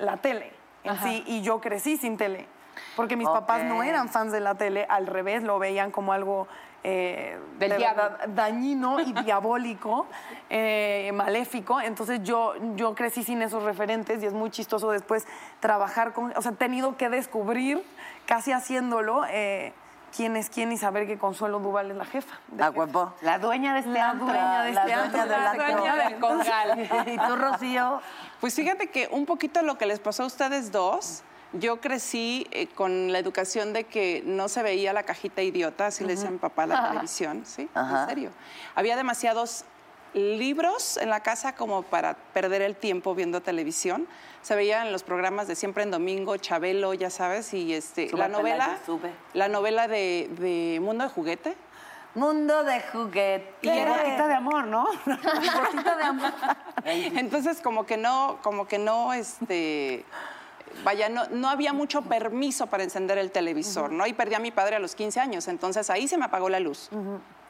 S3: la tele en
S10: Ajá.
S3: sí, y yo crecí sin tele. Porque mis
S10: Ok.
S3: papás no eran fans de la tele, al revés, lo veían como algo eh,
S10: Del
S3: de
S10: diablo.
S3: verdad dañino y diabólico, eh, maléfico. Entonces yo, yo crecí sin esos referentes y es muy chistoso después trabajar con... O sea, he tenido que descubrir, casi haciéndolo, eh, quién es quién y saber que Consuelo Duval es la jefa.
S10: A huevo.
S12: La dueña de este
S3: La dueña de
S10: La
S3: este antro.
S10: dueña del antro.
S17: Dueña del congal.
S10: ¿Y tú, Rocío?
S17: Pues fíjate que un poquito lo que les pasó a ustedes dos, yo crecí eh, con la educación de que no se veía la cajita idiota, así le decían papá a la televisión, ¿sí?
S10: Ajá.
S17: En serio. Había demasiados libros en la casa como para perder el tiempo viendo televisión. Se veían los programas de siempre en domingo, Chabelo, ya sabes, y este,
S10: Sube,
S17: la novela,
S10: Pelayo, sube.
S17: la novela de, de Mundo de Juguete.
S10: Mundo de juguete.
S17: Y era-
S12: de amor, ¿no?
S17: Gotita de amor. Entonces, como que no, como que no, este. Vaya, no, no había mucho permiso para encender el televisor, ¿no? Y perdí a mi padre a los 15 años, entonces ahí se me apagó la luz.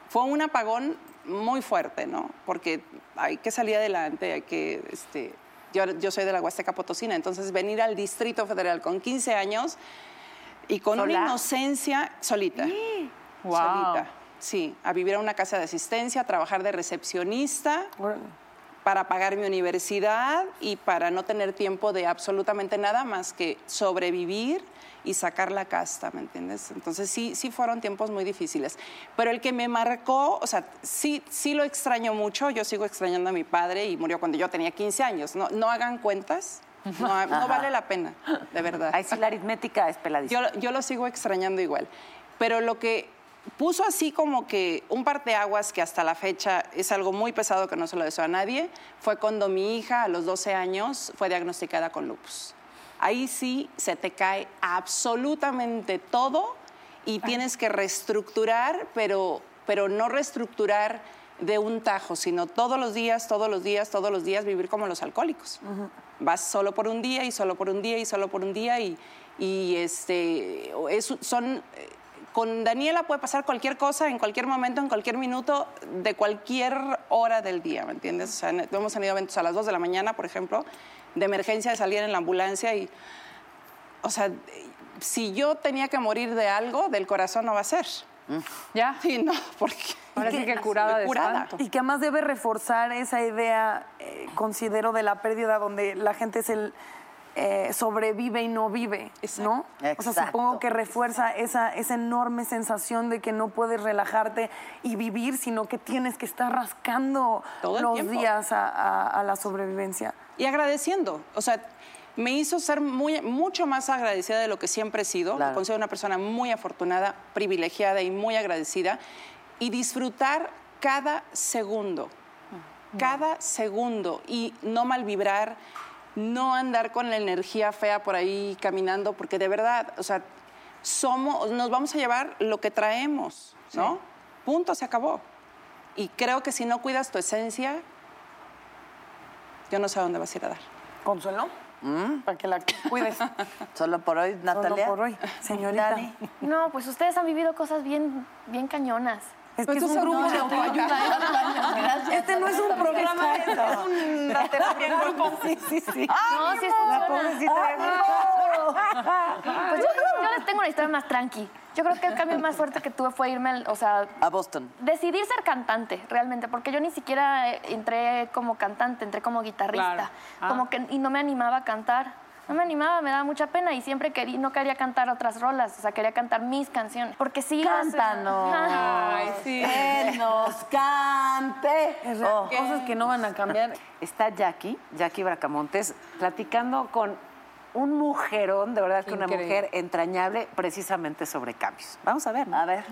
S17: Fue un apagón muy fuerte, ¿no? Porque hay que salir adelante, hay que, este, yo, yo soy de la Huasteca Potosina, entonces venir al Distrito Federal con 15 años y con
S12: ¿Sola?
S17: una inocencia solita.
S12: Wow.
S17: Solita, sí. A vivir a una casa de asistencia, a trabajar de recepcionista para pagar mi universidad y para no tener tiempo de absolutamente nada más que sobrevivir y sacar la casta, ¿me entiendes? Entonces sí, sí fueron tiempos muy difíciles. Pero el que me marcó, o sea, sí, sí lo extraño mucho, yo sigo extrañando a mi padre y murió cuando yo tenía 15 años, no, no hagan cuentas, no, no
S7: Ajá.
S17: vale la pena, de verdad.
S7: Ahí sí la aritmética es
S17: Yo,
S7: peladísima.
S17: lo- yo lo sigo extrañando igual. Pero lo que puso así como que un parteaguas que hasta la fecha es algo muy pesado que no se lo deseo a nadie, fue cuando mi hija a los 12 años fue diagnosticada con lupus. Ahí sí se te cae absolutamente todo y tienes que reestructurar, pero, pero no reestructurar de un tajo, sino todos los días, todos los días, todos los días vivir como los alcohólicos vas solo por un día y solo por un día y solo por un día y, y, este es- son eh, con Daniela puede pasar cualquier cosa en cualquier momento, en cualquier minuto, de cualquier hora del día, ¿me entiendes? O sea, ne- hemos tenido eventos a las 2 de la mañana, por ejemplo, de emergencia de salir en la ambulancia y, o sea, de- si yo tenía que morir de algo, del corazón no va a ser.
S3: Ah.
S17: ¿Ya? Sí, no, porque...
S3: Y
S17: curada.
S3: Y que además debe reforzar esa idea, eh, considero, de la pérdida donde la gente es el eh, sobrevive y no vive, ¿no? O sea, supongo que refuerza esa, esa enorme sensación de que no puedes relajarte y vivir, sino que tienes que estar rascando
S17: Todo el
S3: los
S17: tiempo.
S3: días a- a- a la sobrevivencia.
S17: y agradeciendo. O sea, me hizo ser muy, mucho más agradecida de lo que siempre he sido. Me considero una persona muy afortunada, privilegiada y muy agradecida. Y disfrutar cada segundo, cada segundo. Y no mal vibrar, no andar con la energía fea por ahí caminando, porque de verdad, o sea, somos, nos vamos a llevar lo que traemos, ¿no? Punto, se acabó. Y creo que si no cuidas tu esencia, yo no sé a dónde vas a ir a dar.
S3: ¿Consuelo? Para que la cuides.
S10: Solo por hoy, Natalia.
S3: por hoy, señorita.
S4: No, pues ustedes han vivido cosas bien, bien cañonas.
S3: Es que es un grupo de autoayuda. ¿eh? Este no es un programa, es un la terapia en grupo. Sí, sí, sí.
S4: No, sí es
S3: La pobrecita de
S4: Pues yo, creo- yo les tengo una historia más tranqui. Yo creo que el cambio más fuerte que tuve fue irme, al- o sea,
S10: A Boston.
S4: decidir ser cantante realmente, porque yo ni siquiera eh, entré como cantante, entré como guitarrista,
S14: Claro. Ah.
S4: como que y no me animaba a cantar. No me animaba, me daba mucha pena y siempre quería, no quería cantar otras rolas, o sea, quería cantar mis canciones. Porque sí.
S3: Cántanos.
S4: Ay, sí.
S3: Él nos
S7: cante.
S3: Cosas que no van a cambiar.
S12: Oh. Está Jackie, Jackie Bracamontes, platicando con un mujerón, de verdad que una
S7: Increíble.
S12: mujer entrañable, precisamente sobre cambios. Vamos a ver. A ver.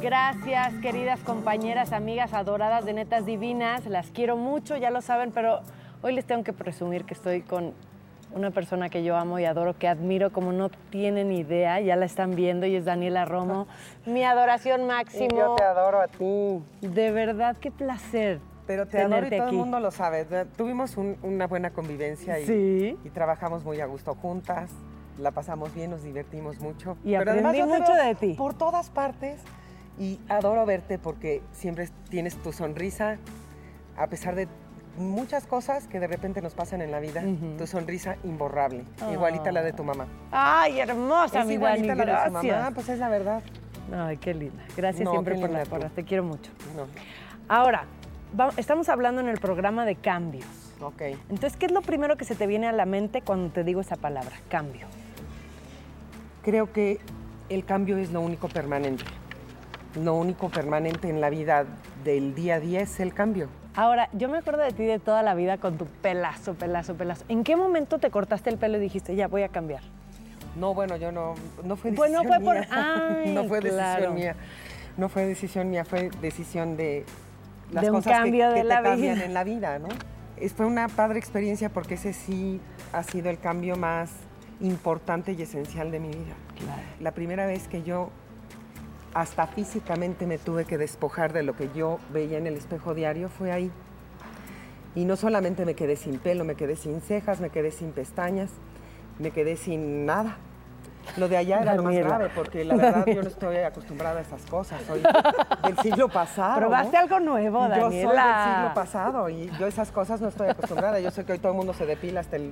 S14: Gracias, queridas compañeras, amigas adoradas de Netas Divinas. Las quiero mucho, ya lo saben, pero hoy les tengo que presumir que estoy con una persona que yo amo y adoro, que admiro como no tienen idea, ya la están viendo y es Daniela Romo. Mi adoración máximo.
S18: Yo te adoro a ti.
S14: De verdad, qué placer.
S18: Pero te adoro y
S14: tenerte
S18: todo
S14: aquí.
S18: el mundo lo sabe. ¿verdad? Tuvimos un- una buena convivencia y,
S14: Sí.
S18: y trabajamos muy a gusto juntas. La pasamos bien, nos divertimos mucho.
S14: Y aprendí
S18: yo te
S14: mucho
S18: veo
S14: de ti.
S18: Por todas partes. Y adoro verte porque siempre tienes tu sonrisa, a pesar de muchas cosas que de repente nos pasan en la vida, tu sonrisa imborrable,
S14: Ah.
S18: igualita a la de tu mamá.
S14: Ay, hermosa,
S18: es
S14: mi
S18: igualita
S14: Dani,
S18: a la de su
S14: gracias.
S18: mamá, pues es la verdad.
S14: Ay, qué linda. Gracias
S18: No,
S14: siempre
S18: qué
S14: por
S18: linda
S14: las
S18: tú.
S14: porras. Te quiero mucho.
S18: No.
S14: Ahora, va- estamos hablando en el programa de cambios.
S18: Ok.
S14: Entonces, ¿qué es lo primero que se te viene a la mente cuando te digo esa palabra? Cambio.
S18: Creo que el cambio es lo único permanente. Lo único permanente en la vida del día a día es el cambio.
S14: Ahora, yo me acuerdo de ti de toda la vida con tu pelazo, pelazo, pelazo. ¿En qué momento te cortaste el pelo y dijiste, ya voy a cambiar?
S18: No, bueno, yo no, no fue
S14: Pues no
S18: decisión
S14: fue por-
S18: mía.
S14: Ay,
S18: no fue decisión
S14: claro.
S18: mía. No fue decisión mía, fue decisión de las
S14: De un
S18: cosas que-
S14: cambio
S18: que,
S14: de
S18: te
S14: la
S18: cambian
S14: vida.
S18: en la vida, ¿no? Es- fue una padre experiencia porque ese sí ha sido el cambio más importante y esencial de mi vida. La primera vez que yo hasta físicamente me tuve que despojar de lo que yo veía en el espejo diario fue ahí. Y no solamente me quedé sin pelo, me quedé sin cejas, me quedé sin pestañas, me quedé sin nada. Lo de allá era lo más
S14: Daniela.
S18: grave, porque la verdad yo no estoy acostumbrada a esas cosas. Soy del siglo pasado. ¿no?
S14: Probaste algo nuevo,
S18: Yo soy del
S14: Daniela.
S18: siglo pasado y yo a esas cosas no estoy acostumbrada. Yo sé que hoy todo el mundo se depila hasta el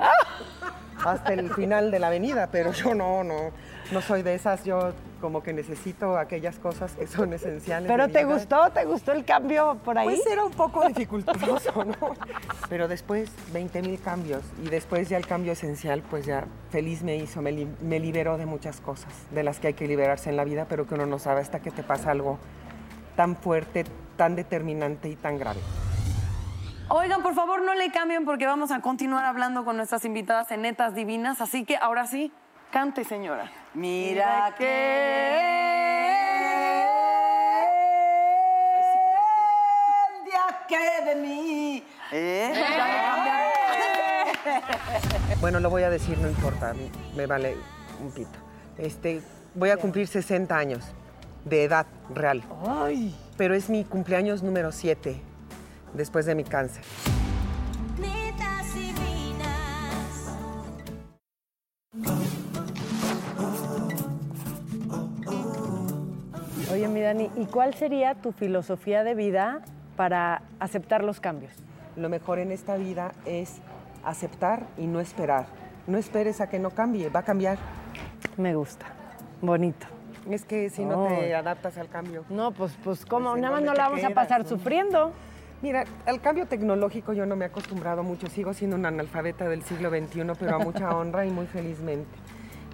S18: hasta el final de la avenida, pero yo no, no, no soy de esas, yo como que necesito aquellas cosas que son esenciales. de
S14: ¿Pero
S18: mi
S14: te
S18: vida.
S14: gustó? ¿Te gustó el cambio por ahí?
S18: Pues era un poco dificultoso, ¿no? Pero después 20 mil cambios y después ya el cambio esencial, pues ya feliz me hizo, me, li- me liberó de muchas cosas, de las que hay que liberarse en la vida, pero que uno no sabe hasta que te pasa algo tan fuerte, tan determinante y tan grave.
S3: Oigan, por favor, no le cambien porque vamos a continuar hablando con nuestras invitadas en Netas Divinas. Así que ahora sí, cante, señora.
S10: Mira
S3: que...
S10: El día que de mí.
S18: ¿Eh?
S10: ¡Eh!
S18: Bueno, lo voy a decir, no importa, a mí me vale un pito. Este, voy a cumplir 60 años de edad real.
S13: Ay.
S18: Pero es mi cumpleaños número 7 después de mi cáncer.
S15: Netas divinas.
S14: Oye, mi Dani, ¿y cuál sería tu filosofía de vida para aceptar los cambios?
S18: Lo mejor en esta vida es aceptar y no esperar. No esperes a que no cambie, va a cambiar.
S14: Me gusta. Bonito.
S18: Es que si no te
S14: Oh.
S18: adaptas al cambio.
S14: No, pues, pues ¿cómo?
S18: ¿en
S14: Nada más
S18: dónde
S14: no
S18: te
S14: la vamos a
S18: quedas,
S14: pasar
S18: no?
S14: sufriendo.
S18: Mira, al cambio tecnológico yo no me he acostumbrado mucho, sigo siendo una analfabeta del siglo XXI, pero a mucha honra y muy felizmente.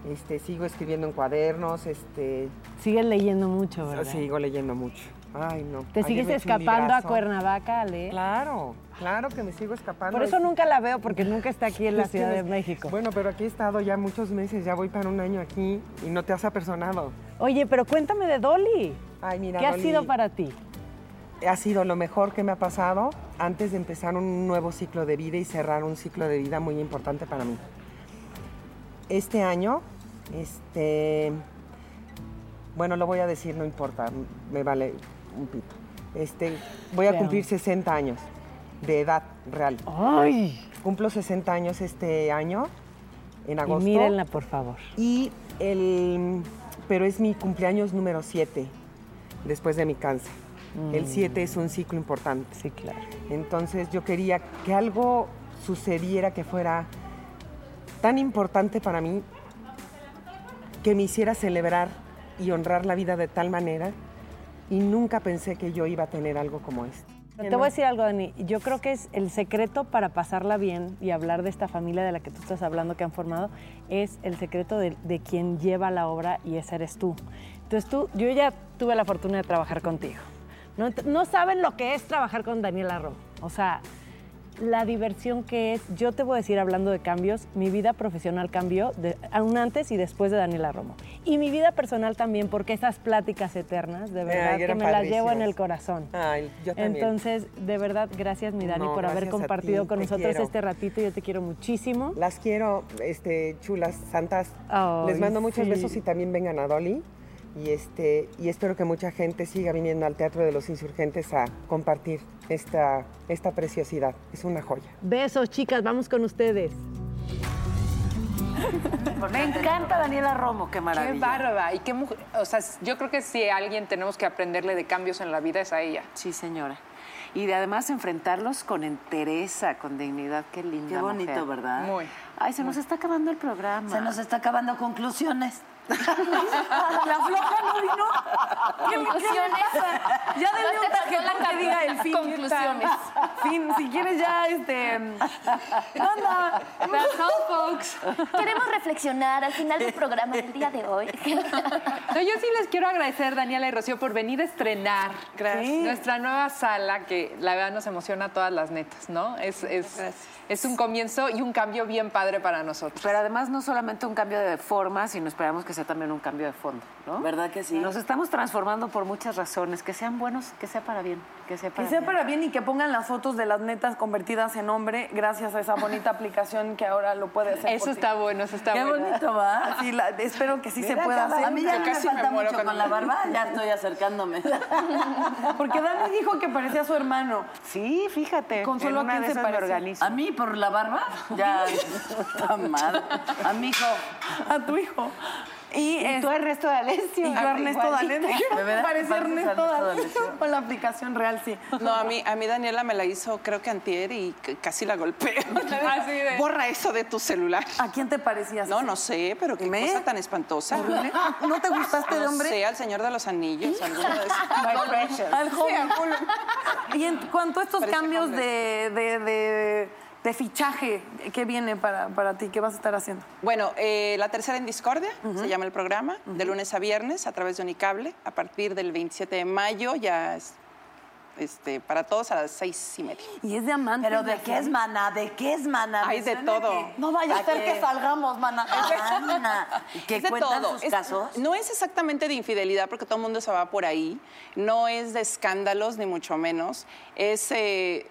S18: Este, sigo escribiendo en cuadernos, este,
S14: Sigues leyendo mucho, ¿verdad?
S18: sigo leyendo mucho. Ay, no.
S14: ¿Te
S18: Ayer
S14: sigues
S18: me eché un
S14: escapando a
S18: librazo.
S14: Cuernavaca, Ale?
S18: Claro, claro que me sigo escapando.
S14: Por eso
S18: Es-
S14: nunca la veo, porque nunca está aquí en la
S18: Es que
S14: Ciudad de
S18: me-
S14: México.
S18: Bueno, pero aquí he estado ya muchos meses, ya voy para un año aquí y no te has apersonado.
S14: Oye, pero cuéntame de Dolly.
S18: Ay, mira,
S14: ¿Qué ha
S18: Dolly.
S14: sido para ti?
S18: ha sido lo mejor que me ha pasado antes de empezar un nuevo ciclo de vida y cerrar un ciclo de vida muy importante para mí. Este año, este, bueno, lo voy a decir, no importa, me vale un pito. Este, voy a
S13: Pero-
S18: cumplir 60 años de edad real.
S13: ¡Ay!
S18: Cumplo 60 años este año, en agosto.
S14: Y mírenla, por favor.
S18: Y el. Pero es mi cumpleaños número 7, después de mi cáncer. El
S13: Mm.
S18: 7 es un ciclo importante.
S14: Sí, claro.
S18: Entonces yo quería que algo sucediera que fuera tan importante para mí, que me hiciera celebrar y honrar la vida de tal manera. Y nunca pensé que yo iba a tener algo como esto.
S14: Te voy a decir algo, Dani. Yo creo que es el secreto para pasarla bien y hablar de esta familia de la que tú estás hablando que han formado, es el secreto de, de quien lleva la obra y ese eres tú. Entonces tú, yo ya tuve la fortuna de trabajar contigo. No, ent- no saben lo que es trabajar con Daniela Ro. O sea, la diversión que es, yo te voy a decir hablando de cambios, mi vida profesional cambió de- aún antes y después de Daniela Romo. Y mi vida personal también, porque esas pláticas eternas, de verdad,
S18: Ay,
S14: que
S18: eran
S14: me las llevo en
S18: padrísimas.
S14: el corazón.
S18: Ay, yo también.
S14: Entonces, de verdad, gracias, mi Dani,
S18: No,
S14: por haber
S18: gracias a
S14: compartido
S18: ti,
S14: con
S18: te
S14: nosotros
S18: quiero.
S14: este ratito. Yo te quiero muchísimo.
S18: Las quiero, este, chulas, santas.
S14: Ay,
S18: Les mando muchos
S14: sí.
S18: besos y también vengan a Dolly. Y, este, y espero que mucha gente siga viniendo al Teatro de los Insurgentes a compartir esta, esta preciosidad. Es una joya.
S14: Besos, chicas, vamos con ustedes.
S12: Me encanta Daniela Romo, qué maravilla.
S11: Qué bárbara. Y qué mujer. O sea, yo creo que si a alguien tenemos que aprenderle de cambios en la vida es a ella.
S7: Sí, señora. Y de además enfrentarlos con entereza, con dignidad, qué linda
S11: Qué bonito,
S7: mujer.
S11: ¿verdad? Muy.
S7: Ay, se nos está acabando el programa.
S9: Se nos está acabando conclusiones.
S7: La floja no vino.
S3: ¿Qué me- qué me
S9: Conclusiones.
S3: pasa? Ya denle
S9: No
S3: un
S9: te salió
S3: tarjetón
S9: la
S3: que diga el fin.
S9: conclusiones.
S3: Fin, si quieres ya, este... Anda.
S9: That's all,
S3: folks.
S9: Queremos reflexionar al final del programa del día de hoy.
S11: No, yo sí les quiero agradecer, Daniela y Rocío, por venir a estrenar nuestra nueva sala, que la verdad nos emociona a todas las netas, ¿no? Es, es, es un comienzo y un cambio bien padre para nosotros.
S7: Pero además no solamente un cambio de forma, sino esperamos que sea también un cambio de fondo, ¿no?
S10: ¿Verdad que sí?
S7: Nos estamos transformando por muchas razones, que sean buenos, que sea para bien, que sea
S3: Que
S7: para
S3: sea
S7: bien.
S3: para bien y que pongan las fotos de las netas convertidas en hombre gracias a esa bonita aplicación que ahora lo puede hacer.
S11: Eso está bueno, eso está
S3: Qué
S11: bueno.
S3: bonito, ¿va? Sí, la- espero que sí se
S9: Mira,
S3: pueda
S9: cada-
S3: hacer.
S9: a mí ya Yo no me casi me falta muero mucho con con la la barba, barba.
S10: ya estoy acercándome.
S3: Porque Dani dijo que parecía su hermano.
S7: Sí, fíjate.
S3: Con solo
S7: en una
S3: a
S7: de
S3: quién se
S7: esas me
S3: parece.
S7: organizo.
S10: A mí por la barba, ya está mal. A mi hijo.
S3: A tu hijo. Y,
S12: tú Ernesto D'Alessio.
S3: Y yo Ernesto
S12: Igualita.
S3: D'Alessio.
S12: ¿De
S3: Me
S12: veras?
S3: parece
S12: ¿Pareces
S3: Ernesto
S12: Ernesto
S3: D'Alessio con la aplicación real, sí.
S17: No, a mí, a mí Daniela me la hizo creo que antier y c- casi la golpeé.
S3: Así de-
S17: Borra eso de tu celular.
S3: ¿A quién te parecías?
S17: No, no sé, pero qué cosa tan espantosa.
S3: Horrible. ¿No te gustaste de hombre?
S17: No sé, al Señor de los Anillos, alguno de esos.
S3: Al- Al joven. Y en cuanto a estos
S17: Parece
S3: cambios
S17: homeless.
S3: de, de- de- de fichaje, ¿qué viene para, para ti? ¿Qué vas a estar haciendo?
S17: Bueno, eh, la tercera en discordia, se llama el programa, de lunes a viernes a través de Unicable, a partir del 27 de mayo ya es este, para todos a las seis y media.
S3: Y es de amante.
S10: Pero ¿de qué es mana? ¿De qué es mana?
S17: Hay
S10: Me
S17: de
S10: suena
S17: todo.
S10: que-
S17: No vaya a ser que
S10: salgamos, mana. Ah, mana. ¿Que
S17: Es de
S10: cuentan
S17: todo.
S10: sus
S17: Es-
S10: casos?
S17: no es exactamente de infidelidad, porque todo el mundo se va por ahí. No es de escándalos, ni mucho menos. Es eh,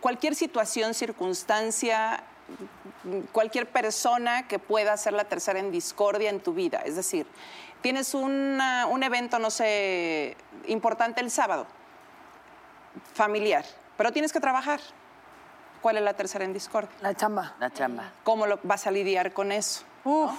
S17: cualquier situación, circunstancia, mm, cualquier persona que pueda ser la tercera en discordia en tu vida. Es decir, tienes una- un evento, no sé, importante el sábado, familiar, pero tienes que trabajar. ¿Cuál es la tercera en discordia?
S3: La chamba.
S10: La chamba.
S17: ¿Cómo lo, vas a lidiar con eso?
S11: Uf,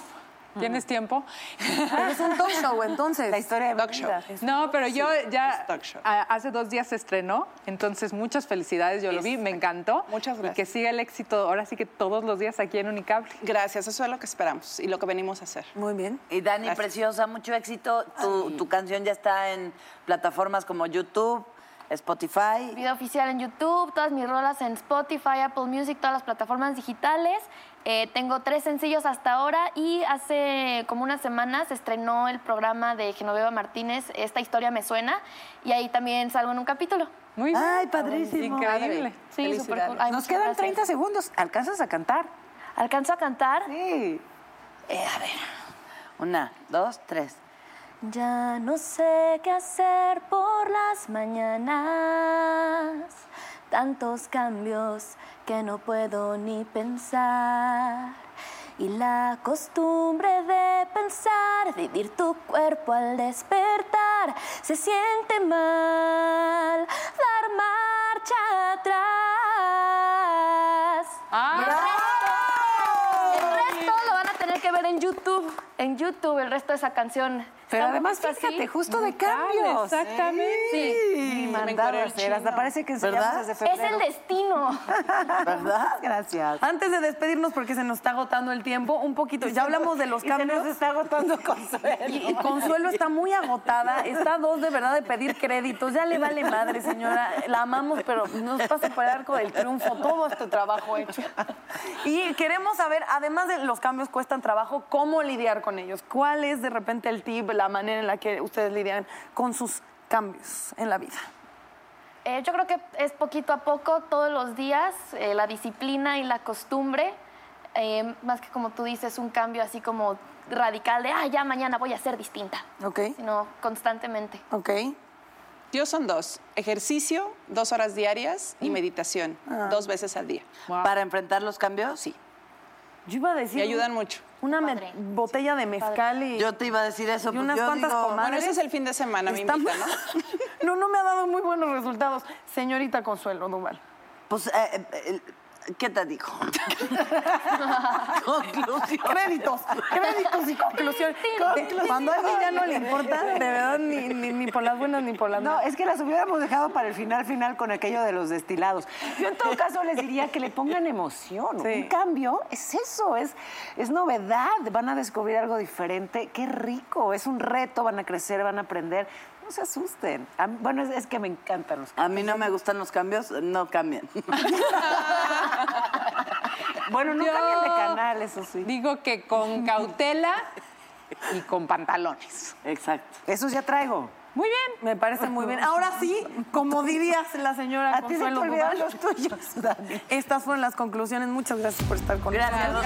S11: ¿tienes tiempo?
S3: Es un talk show, entonces. La
S10: historia de
S11: Talk show. No, pero yo ya a- hace dos días se estrenó, entonces muchas felicidades, yo lo vi, me encantó. Muchas gracias. Y que siga el éxito, ahora sí que todos los días aquí en Unicable.
S17: Gracias, eso es lo que esperamos y lo que venimos a hacer.
S3: Muy bien.
S10: Y Dani, preciosa, mucho éxito. Tu, tu canción ya está en plataformas como YouTube, Spotify.
S4: Video oficial en YouTube, todas mis rolas en Spotify, Apple Music, todas las plataformas digitales. Eh, tengo tres sencillos hasta ahora y hace como unas semanas estrenó el programa de Genoveva Martínez, Esta historia me suena, y ahí también salgo en un capítulo.
S11: Muy
S10: bien. Ay, padrísimo.
S11: Increíble.
S4: Sí, súper cool. Ay,
S12: Nos
S4: muchas
S12: quedan
S4: gracias.
S12: 30 segundos. ¿Alcanzas a cantar?
S4: ¿Alcanzo a cantar?
S12: Sí.
S10: Eh, Una, dos, tres.
S9: Ya no sé qué hacer por las mañanas, tantos cambios que no puedo ni pensar. Y la costumbre de pensar, vivir tu cuerpo al despertar, se siente mal dar marcha atrás. Y el resto- El resto lo van a tener que ver en YouTube. En YouTube, el resto de esa canción.
S12: Pero
S9: Está
S12: además,
S9: un poquito
S12: fíjate,
S9: así.
S12: justo de cambios.
S11: Exactamente.
S12: Sí. Ni mandado a hacer, hasta parece que enseñamos
S10: ¿Verdad?
S12: desde
S4: Es
S12: febrero.
S4: el destino.
S10: ¿Verdad? Gracias.
S3: Antes de despedirnos, porque se nos está agotando el tiempo, un poquito. Ya hablamos de los
S12: Y se
S3: cambios.
S12: nos está agotando Consuelo.
S3: Y, y Consuelo está muy agotada, está a dos de verdad de pedir créditos, ya le vale madre, señora, la amamos, pero nos pasa por el arco del triunfo todo este trabajo hecho. Y queremos saber, además de los cambios cuestan trabajo, cómo lidiar con ellos, cuál es de repente el tip, la manera en la que ustedes lidian con sus cambios en la vida.
S4: Eh, yo creo que es poquito a poco, todos los días, eh, la disciplina y la costumbre, eh, más que como tú dices, un cambio así como radical de, ah, ya mañana voy a ser distinta,
S3: Ok,
S4: sino constantemente.
S3: ok.
S17: Yo son dos, ejercicio, dos horas diarias
S3: Mm.
S17: y meditación,
S3: Ah.
S17: dos veces al día.
S10: Para enfrentar los cambios, sí.
S3: Yo iba a decir...
S17: Me ayudan mucho.
S3: Una me- botella de mezcal y...
S10: Yo te iba a decir eso.
S3: Y
S10: pues
S3: unas
S10: yo
S3: cuantas
S10: digo,
S3: comadres.
S17: Bueno, ese es el fin de semana, me
S3: Está-
S17: invitan, ¿no?
S3: No, no me ha dado muy buenos resultados. Señorita Consuelo Duval.
S10: Pues, eh, eh, el- ¿qué te digo? Conclusión.
S3: Créditos, créditos y conclusión. Cuando a alguien ya no le importa, de verdad, ni, ni, ni por las buenas ni por las
S12: No,
S3: malas.
S12: es que las hubiéramos dejado para el final final con aquello de los destilados. Yo en todo caso les diría que le pongan emoción.
S3: Sí.
S12: Un cambio es eso, es, es novedad. Van a descubrir algo diferente. Qué rico, es un reto, van a crecer, van a aprender. No se asusten. A mí- bueno, es, es que me encantan los
S10: A mí no me gustan los cambios, no cambian.
S12: Bueno, no
S11: Yo
S12: cambian de canal, eso sí.
S11: Digo que con cautela y con pantalones.
S10: Exacto.
S12: Eso ya traigo.
S11: Muy bien.
S3: Me parece muy bien. Ahora sí, como dirías la señora
S12: A ti se te
S3: Consuelo
S12: olvidaron
S3: Duval,
S12: los tuyos, Dani.
S3: estas fueron las conclusiones. Muchas gracias por estar con
S10: Gracias,
S3: nosotros.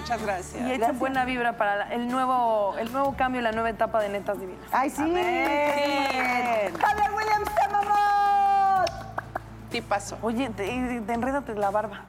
S17: Muchas gracias.
S3: Y echen buena vibra para la- el nuevo, el nuevo cambio y la nueva etapa de Netas Divinas.
S12: Ay, sí.
S17: Amén.
S12: Javier Williams, te amamos.
S17: Tipazo.
S3: Oye, te, te enrédate la barba.